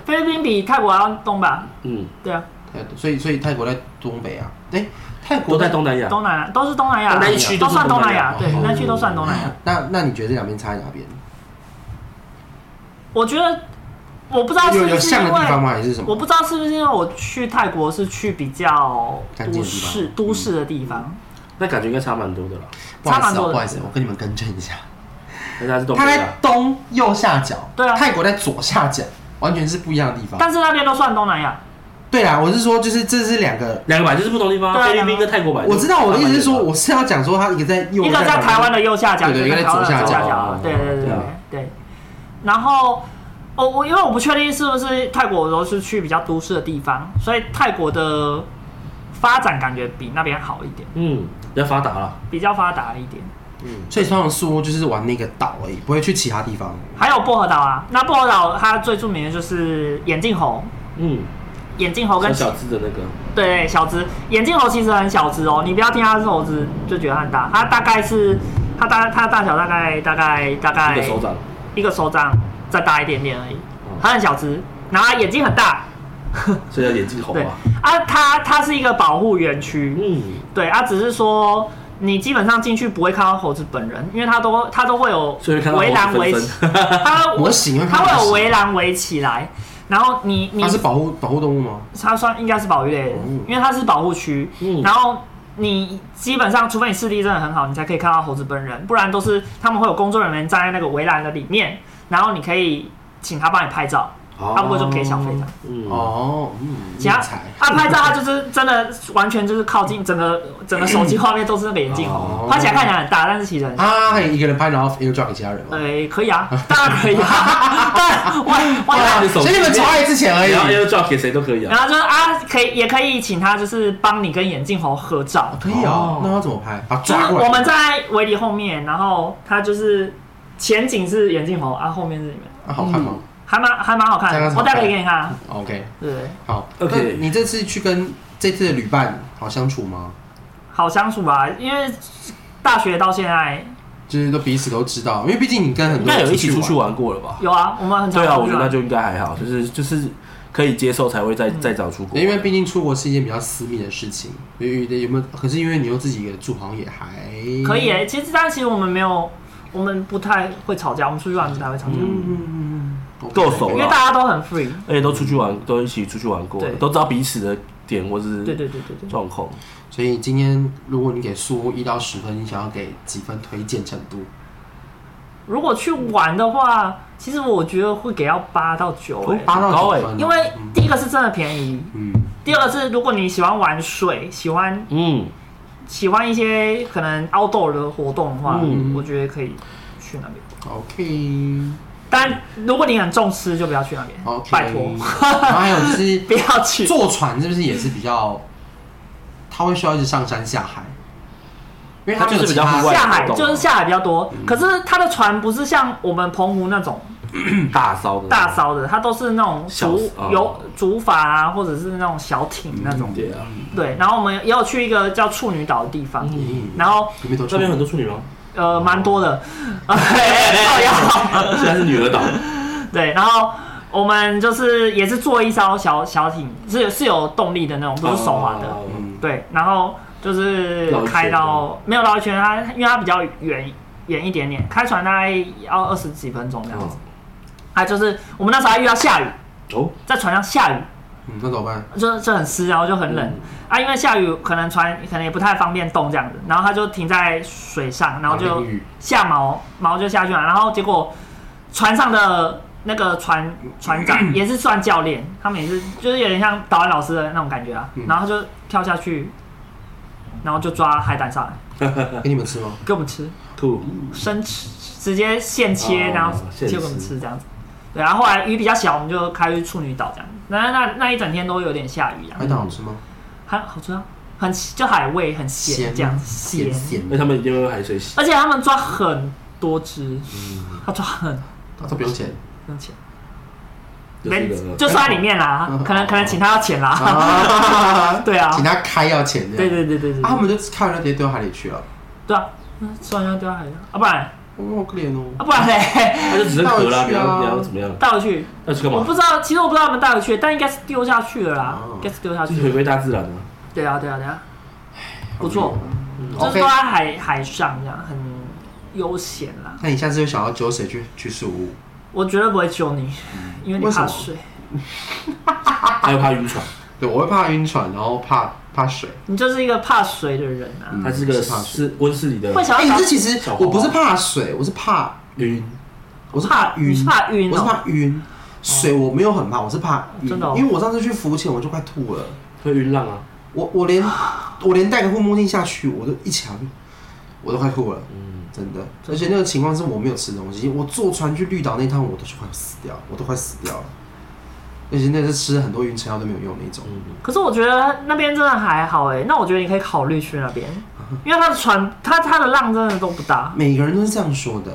[SPEAKER 2] 菲律宾比泰国还要东吧？
[SPEAKER 3] 嗯，
[SPEAKER 2] 对啊，
[SPEAKER 1] 呃所以所以泰国在东北啊，哎，泰国
[SPEAKER 3] 都在。东南亚，
[SPEAKER 2] 东南亚都是东南亚啊，
[SPEAKER 3] 那一区
[SPEAKER 2] 都
[SPEAKER 3] 都是
[SPEAKER 2] 算
[SPEAKER 3] 东
[SPEAKER 2] 南
[SPEAKER 3] 南
[SPEAKER 2] 亚，
[SPEAKER 3] 亚
[SPEAKER 2] 对
[SPEAKER 1] 哦，
[SPEAKER 2] 那区都算东南亚。
[SPEAKER 1] 那那你觉得这两边差在哪边？
[SPEAKER 2] 我觉得我不知道是
[SPEAKER 1] 有有
[SPEAKER 2] 不是
[SPEAKER 1] 像的
[SPEAKER 2] 因
[SPEAKER 1] 地方
[SPEAKER 2] 为
[SPEAKER 1] 吗？还是什
[SPEAKER 2] 我
[SPEAKER 1] 么？
[SPEAKER 2] 不知道是不是因为我去泰国是去比较
[SPEAKER 1] 干净
[SPEAKER 2] 都
[SPEAKER 1] 的地方嗯
[SPEAKER 2] 市都市的地方，
[SPEAKER 3] 那感觉应该差蛮多的啦。
[SPEAKER 1] 不好意
[SPEAKER 2] 差蛮
[SPEAKER 1] 思、
[SPEAKER 2] 多
[SPEAKER 1] 啊，
[SPEAKER 2] 的啊
[SPEAKER 1] 不好意思，我跟你们更正一下，
[SPEAKER 3] 人家是东
[SPEAKER 1] 它
[SPEAKER 3] 北
[SPEAKER 1] 在
[SPEAKER 3] 亚，
[SPEAKER 1] 东右下角，
[SPEAKER 2] 对啊
[SPEAKER 1] 泰国在左下角，完全是不一样的地方。
[SPEAKER 2] 但是那边都算东南亚。
[SPEAKER 1] 对啊啦，我是说，就是这是两个。
[SPEAKER 3] 两个版就是不同地方
[SPEAKER 2] 对
[SPEAKER 3] 啊，
[SPEAKER 2] 啊
[SPEAKER 3] 菲律宾跟泰国版。
[SPEAKER 1] 我知道我的意思是说，我是要讲说，它一个在右，
[SPEAKER 2] 一个在台湾的右下角，
[SPEAKER 1] 对对
[SPEAKER 2] 一个在台湾的左下
[SPEAKER 3] 一个在左
[SPEAKER 2] 角
[SPEAKER 3] 下角，
[SPEAKER 2] 对对对
[SPEAKER 3] 对
[SPEAKER 2] 对
[SPEAKER 3] 啊
[SPEAKER 2] 对。然后，我我因为我不确定是不是泰国，我都是去比较都市的地方，所以泰国的发展感觉比那边好一点，
[SPEAKER 3] 嗯，比较发达了，
[SPEAKER 2] 比较发达一点。
[SPEAKER 3] 嗯，
[SPEAKER 1] 所以通常树屋就是玩那个岛而已，不会去其他地方。
[SPEAKER 2] 还有薄荷岛啊，那薄荷岛它最著名的就是眼镜猴，
[SPEAKER 3] 嗯，
[SPEAKER 2] 眼镜猴
[SPEAKER 3] 小
[SPEAKER 2] 跟
[SPEAKER 3] 小只的那个，
[SPEAKER 2] 对对小只，眼镜猴其实很小只哦，你不要听它是猴子就觉得它很大，它大概是它大它大小大概大概大概
[SPEAKER 3] 一个手掌，
[SPEAKER 2] 一个手掌再大一点点而已
[SPEAKER 3] 嗯，
[SPEAKER 2] 它很小只，然后它眼睛很大，
[SPEAKER 3] 所以叫眼镜猴
[SPEAKER 2] 对
[SPEAKER 3] 啊，
[SPEAKER 2] 啊，它它是一个保护园区，
[SPEAKER 3] 嗯，
[SPEAKER 2] 对，它只是说你基本上进去不会看到猴子本人，因为它都它都会有
[SPEAKER 3] 所以看到
[SPEAKER 2] 围栏
[SPEAKER 3] 猴子
[SPEAKER 2] 围
[SPEAKER 3] 分
[SPEAKER 2] 起，
[SPEAKER 3] 身
[SPEAKER 2] 它
[SPEAKER 1] 模型会看到
[SPEAKER 2] 它会有
[SPEAKER 1] 模型
[SPEAKER 2] 围栏围起来，然后你你
[SPEAKER 1] 它是保护保护动物吗？
[SPEAKER 2] 它算应该是保育类的
[SPEAKER 1] 嗯，
[SPEAKER 2] 因为它是保护区。
[SPEAKER 3] 嗯
[SPEAKER 2] 然后你基本上，除非你视力真的很好，你才可以看到猴子本人，不然都是他们会有工作人员站在那个围栏的里面，然后你可以请他帮你拍照，
[SPEAKER 3] 哦
[SPEAKER 2] 他不会就给小费的。
[SPEAKER 3] 嗯，
[SPEAKER 1] 哦，嗯，
[SPEAKER 2] 其他
[SPEAKER 1] 理财
[SPEAKER 2] 他拍照，他就是真的完全就是靠近整个整个手机画面都是那个眼镜猴
[SPEAKER 1] 哦，
[SPEAKER 2] 拍起来看起来很大，但是其实很小。
[SPEAKER 1] 啊，还有一个人拍，然后 airdrop 给其他人哦吗？
[SPEAKER 2] 呃，可以啊，当然可以啊，当然，我我
[SPEAKER 3] 哇你手
[SPEAKER 1] 所
[SPEAKER 3] 机
[SPEAKER 1] 以你们宠爱之前而已
[SPEAKER 3] 然。后 a i r d 给谁都可以啊
[SPEAKER 2] 然，后就是啊，可以也可以请他就是帮你跟眼镜猴合照，
[SPEAKER 1] 可以哦
[SPEAKER 3] 哦，
[SPEAKER 1] 那要怎么拍？把它
[SPEAKER 2] 就
[SPEAKER 1] 抓
[SPEAKER 2] 是
[SPEAKER 1] 过来。
[SPEAKER 2] 我们在围篱后面，然后它就是前景是眼镜猴啊，后面是你们，
[SPEAKER 1] 啊，好看吗
[SPEAKER 2] 还蛮还蛮好看
[SPEAKER 1] 这
[SPEAKER 2] 的
[SPEAKER 1] 样。子
[SPEAKER 2] 我待会
[SPEAKER 1] 好看嗯
[SPEAKER 2] 给你看啊，
[SPEAKER 1] ？OK，
[SPEAKER 2] 对，
[SPEAKER 1] 好。
[SPEAKER 3] OK
[SPEAKER 1] 那你这次去跟这次的旅伴好相处吗？
[SPEAKER 2] 好相处吧，因为大学到现在
[SPEAKER 1] 就是都彼此都知道，因为毕竟你跟很
[SPEAKER 3] 应
[SPEAKER 1] 多
[SPEAKER 3] 该
[SPEAKER 1] 人
[SPEAKER 3] 有一起出去
[SPEAKER 1] 玩。
[SPEAKER 3] 玩过了吧？
[SPEAKER 2] 有啊，我们很常
[SPEAKER 3] 对啊，我
[SPEAKER 2] 出去
[SPEAKER 3] 觉得
[SPEAKER 2] 玩
[SPEAKER 3] 那就应该还好，就是就是可以接受才会再再找出国，
[SPEAKER 1] 因为毕竟出国是一件比较私密的事情，有有有没有？可是因为你又自己一个人住，好像也还
[SPEAKER 2] 可以、欸。其实但其实我们没有，我们不太会吵架，我们出去玩不太会吵架，
[SPEAKER 3] 嗯
[SPEAKER 1] 嗯，
[SPEAKER 3] 够熟
[SPEAKER 2] 因为大家都很 free。
[SPEAKER 3] 而且都出去玩，都一起出去玩过
[SPEAKER 2] 对，
[SPEAKER 3] 都知道彼此的点或是
[SPEAKER 2] 对对对对对，
[SPEAKER 3] 状况。
[SPEAKER 1] 所以今天如果你给书一到十分，你想要给几分推荐程度？
[SPEAKER 2] 如果去玩的话，其实我觉得会给到八到九
[SPEAKER 3] 哦
[SPEAKER 2] 哎、
[SPEAKER 1] 八到九
[SPEAKER 3] 高欸
[SPEAKER 1] 分哦、
[SPEAKER 2] 因为第一个是真的便宜，
[SPEAKER 1] 嗯，
[SPEAKER 2] 第二个是如果你喜欢玩水，喜欢
[SPEAKER 3] 嗯，
[SPEAKER 2] 喜欢一些可能 outdoor 的活动的话，
[SPEAKER 3] 嗯
[SPEAKER 2] 我觉得可以去那边。
[SPEAKER 1] 嗯，OK
[SPEAKER 2] 但如果你很重吃，就不要去那边
[SPEAKER 1] OK，
[SPEAKER 2] 拜托，
[SPEAKER 1] 然后还有就是
[SPEAKER 2] 不要去。
[SPEAKER 1] 坐船是不是也是比较，它会需要一直上山下海？
[SPEAKER 2] 因为
[SPEAKER 3] 它
[SPEAKER 2] 他
[SPEAKER 3] 就
[SPEAKER 2] 们
[SPEAKER 3] 是比较户外
[SPEAKER 2] 下海
[SPEAKER 3] 的活动
[SPEAKER 2] 就是下海比较多，可是它的船不是像我们澎湖那种
[SPEAKER 3] 大骚的
[SPEAKER 2] 大，艘的，它都是那种
[SPEAKER 3] 小
[SPEAKER 2] 竹
[SPEAKER 3] 哦
[SPEAKER 2] 游竹筏啊，或者是那种小艇那种。
[SPEAKER 3] 对啊，
[SPEAKER 2] 对，然后我们也有去一个叫处女岛的地方，然后
[SPEAKER 1] 里面都
[SPEAKER 3] 嗯这边很多处女吗？
[SPEAKER 2] 呃蛮多的，造谣
[SPEAKER 3] 现在是女儿岛，
[SPEAKER 2] 对，然后我们就是也是坐一艘小小艇，是有是有动力的那种，不是手划的。
[SPEAKER 3] 哦
[SPEAKER 1] 嗯，
[SPEAKER 2] 对，然后就是开到没有绕一圈，它因为它比较远远一点点，开船大概要二十几分钟这样
[SPEAKER 1] 哦
[SPEAKER 2] 子。啊，就是我们那时候还遇到下雨，
[SPEAKER 3] 哦，
[SPEAKER 2] 在船上下雨，
[SPEAKER 1] 嗯那怎么办？
[SPEAKER 2] 就就很湿，然后就很冷、
[SPEAKER 1] 嗯
[SPEAKER 2] 啊，因为下雨可能船可能也不太方便动这样子，然后它就停在水上，然后就
[SPEAKER 1] 哦淋雨
[SPEAKER 2] 下锚，锚就下去了，然后结果船上的那个船 船长也是算教练，他们也是就是有点像导演老师的那种感觉啊，
[SPEAKER 1] 嗯
[SPEAKER 2] 然后他就跳下去，然后就抓海胆上来
[SPEAKER 1] 给你们吃吗？
[SPEAKER 2] 给我们吃，
[SPEAKER 3] 酷，
[SPEAKER 2] 生吃直接现切，
[SPEAKER 3] 哦
[SPEAKER 2] 然后
[SPEAKER 3] 现
[SPEAKER 2] 切给我们
[SPEAKER 3] 吃
[SPEAKER 2] 吃这样子。对，然啊后后来雨比较小，我们就开去处女岛这样。那那那一整天都有点下雨啊。
[SPEAKER 1] 海胆好吃吗？
[SPEAKER 2] 还好吃啊，很就海味很咸这样咸
[SPEAKER 1] 咸，咸
[SPEAKER 3] 那，他们一定会海水洗，
[SPEAKER 2] 而且他们抓很多只，
[SPEAKER 1] 嗯
[SPEAKER 2] 他抓很
[SPEAKER 1] 他啊说不用钱。
[SPEAKER 2] 多钱，
[SPEAKER 3] 就是一
[SPEAKER 2] 没
[SPEAKER 3] 个
[SPEAKER 2] 就算在里面啦
[SPEAKER 1] 嗯，
[SPEAKER 2] 可能可能请他要钱啦，
[SPEAKER 1] 啊
[SPEAKER 2] 对啊，
[SPEAKER 1] 请他开要钱的。
[SPEAKER 2] 对对对对对
[SPEAKER 1] 啊，他
[SPEAKER 2] 对，
[SPEAKER 1] 们就看完就直接丢海里去了，
[SPEAKER 2] 对啊，嗯吃完要丢海里啊，不然
[SPEAKER 1] 哦，好可怜哦。
[SPEAKER 2] 啊不然嘞，
[SPEAKER 3] 他就只剩壳
[SPEAKER 1] 带
[SPEAKER 3] 啦，
[SPEAKER 1] 回
[SPEAKER 3] 你
[SPEAKER 1] 去啊
[SPEAKER 3] 要你要怎么样？
[SPEAKER 2] 带回去，
[SPEAKER 3] 要去干
[SPEAKER 2] 我
[SPEAKER 3] 嘛？
[SPEAKER 2] 不知道，其实我不知道他们带回去，但应该是丢下去了啦，
[SPEAKER 1] 哦
[SPEAKER 2] 应该是丢下
[SPEAKER 3] 就是回
[SPEAKER 2] 去，
[SPEAKER 3] 归大自然啊，
[SPEAKER 2] 对啊对啊对啊，不错，嗯
[SPEAKER 1] 嗯
[SPEAKER 2] 就
[SPEAKER 1] OK，
[SPEAKER 2] 是都在海海上这样很悠闲啦，
[SPEAKER 1] 那你下次又想要揪谁去去宿务？
[SPEAKER 2] 我绝对不会救你，因为
[SPEAKER 1] 嗯
[SPEAKER 2] 你
[SPEAKER 1] 为什
[SPEAKER 2] 怕
[SPEAKER 1] 么
[SPEAKER 2] 水。
[SPEAKER 3] 还有怕晕船，啊
[SPEAKER 1] 对，我会怕晕船，然后怕怕水。
[SPEAKER 2] 你就是一个怕水的人啊，
[SPEAKER 1] 嗯
[SPEAKER 3] 它是个
[SPEAKER 1] 是怕水
[SPEAKER 3] 是温室里的
[SPEAKER 2] 会想
[SPEAKER 1] 哎，
[SPEAKER 2] 要
[SPEAKER 1] 可是
[SPEAKER 2] 找
[SPEAKER 1] 其实
[SPEAKER 3] 小花
[SPEAKER 1] 我不是怕水，我是怕
[SPEAKER 3] 晕，
[SPEAKER 1] 我是
[SPEAKER 2] 怕
[SPEAKER 1] 晕
[SPEAKER 2] 你，是怕晕哦
[SPEAKER 1] 我是怕晕。水我没有很怕，我是怕晕，
[SPEAKER 2] 真的哦
[SPEAKER 1] 因为我上次去浮潜我就快吐了，
[SPEAKER 3] 会晕浪啊，
[SPEAKER 1] 我我连我连戴个护目镜下去，我都一起来就我都快吐了，
[SPEAKER 3] 嗯，
[SPEAKER 1] 真的。而且那个情况是我没有吃东西，我坐船去绿岛那趟我都是快死掉，我都快死掉了。而且那是吃很多晕车药都没有用那种，
[SPEAKER 2] 可是我觉得那边真的还好哎、那我觉得你可以考虑去那 边，因为它的船，它它的浪真的都不大。
[SPEAKER 1] 每个人都是这样说的。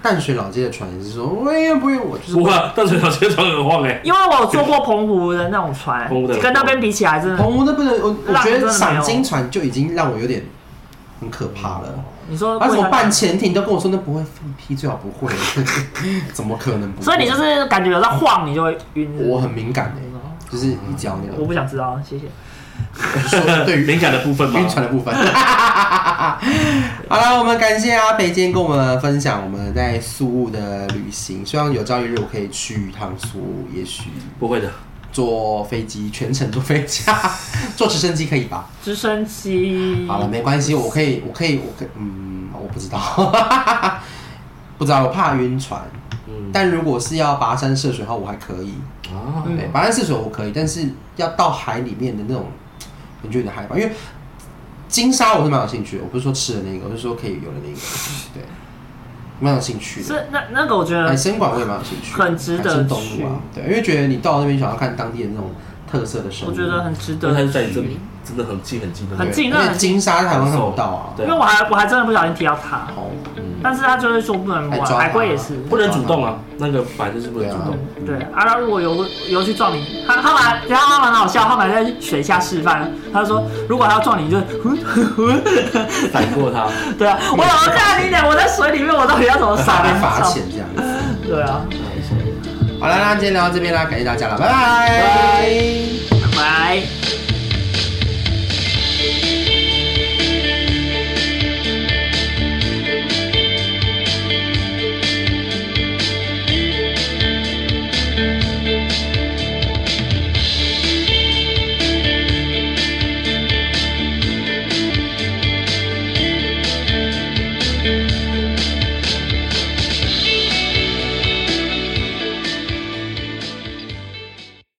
[SPEAKER 1] 淡水老街的船也是说，我也不用，我就是
[SPEAKER 3] 不会啊，淡水小街船很晃哎，
[SPEAKER 2] 因为我有坐过澎湖的那种船
[SPEAKER 3] 澎湖的，
[SPEAKER 2] 跟那边比起来，真的，
[SPEAKER 1] 澎湖那不能，我我
[SPEAKER 2] 浪
[SPEAKER 1] 觉
[SPEAKER 2] 真
[SPEAKER 1] 得
[SPEAKER 2] 的没有
[SPEAKER 1] 赏金船就已经让我有点很可怕了。
[SPEAKER 2] 你说
[SPEAKER 1] 而
[SPEAKER 2] 贵
[SPEAKER 1] 什
[SPEAKER 2] 在
[SPEAKER 1] 么
[SPEAKER 2] 哪
[SPEAKER 1] 半潜艇都跟我说那不会放屁，最好不会， 怎么可能不会？
[SPEAKER 2] 所以你就是感觉有在晃，你就会晕。
[SPEAKER 1] 我很敏感的、就是一脚那
[SPEAKER 2] 我
[SPEAKER 1] 个
[SPEAKER 2] 不想知道，谢谢。
[SPEAKER 1] 说对于
[SPEAKER 3] 敏感的部分嘛，
[SPEAKER 1] 晕船的部分。 好了，我们感谢阿北今天跟我们分享我们在宿务的旅行，希望有朝一日我可以去一趟宿务，也许
[SPEAKER 3] 不会的，
[SPEAKER 1] 坐飞机全程坐飞机， 坐直升机可以吧？
[SPEAKER 2] 直升机，
[SPEAKER 1] 好了，没关系，我可以，我可以，我可以嗯，我不知道， 不知道，我怕晕船。
[SPEAKER 3] 嗯
[SPEAKER 1] 但如果是要跋山涉水的话，我还可以。
[SPEAKER 3] 啊，
[SPEAKER 2] 嗯
[SPEAKER 1] 对，跋山涉水我可以，但是要到海里面的那种，我就有点害怕。因为金沙我是蛮有兴趣的，我不是说吃的那个，我是说可以游的 那个，对，蛮有兴趣的。
[SPEAKER 2] 是那那个我觉得
[SPEAKER 1] 海参馆我也蛮有兴趣的，
[SPEAKER 2] 很值得
[SPEAKER 1] 海参动物啊，对，因为觉得你到那边想要看当地的那种特色的生物，
[SPEAKER 2] 我觉得很值
[SPEAKER 3] 但它
[SPEAKER 2] 得
[SPEAKER 3] 是在你
[SPEAKER 2] 去
[SPEAKER 3] 这，里，真的很近很近的，
[SPEAKER 2] 很近啊
[SPEAKER 1] 对
[SPEAKER 2] 那
[SPEAKER 1] 而且金沙台湾看不到啊，
[SPEAKER 3] 对
[SPEAKER 2] 因为我还我还真的不小心踢到它，
[SPEAKER 1] 好，
[SPEAKER 2] 但是它就是说不能
[SPEAKER 1] 嗯还
[SPEAKER 2] 摸，
[SPEAKER 1] 抓
[SPEAKER 2] 海龟
[SPEAKER 1] 它
[SPEAKER 2] 也是。
[SPEAKER 3] 不能主动啊，那个反正就是不能主动，
[SPEAKER 2] 对，阿拉如果游游去撞你，他他们然后他们很好笑，他们还在水下示范，他说如果他要撞你就，
[SPEAKER 3] 反过它，
[SPEAKER 2] 对啊，我怎么看你俩我在水里面，我到底要怎么
[SPEAKER 1] 怕
[SPEAKER 2] 闪？
[SPEAKER 1] 被嗯罚钱这样子。
[SPEAKER 2] 对啊，
[SPEAKER 1] 好了，那今天聊到这边啦，感谢大家了，拜拜
[SPEAKER 2] 拜。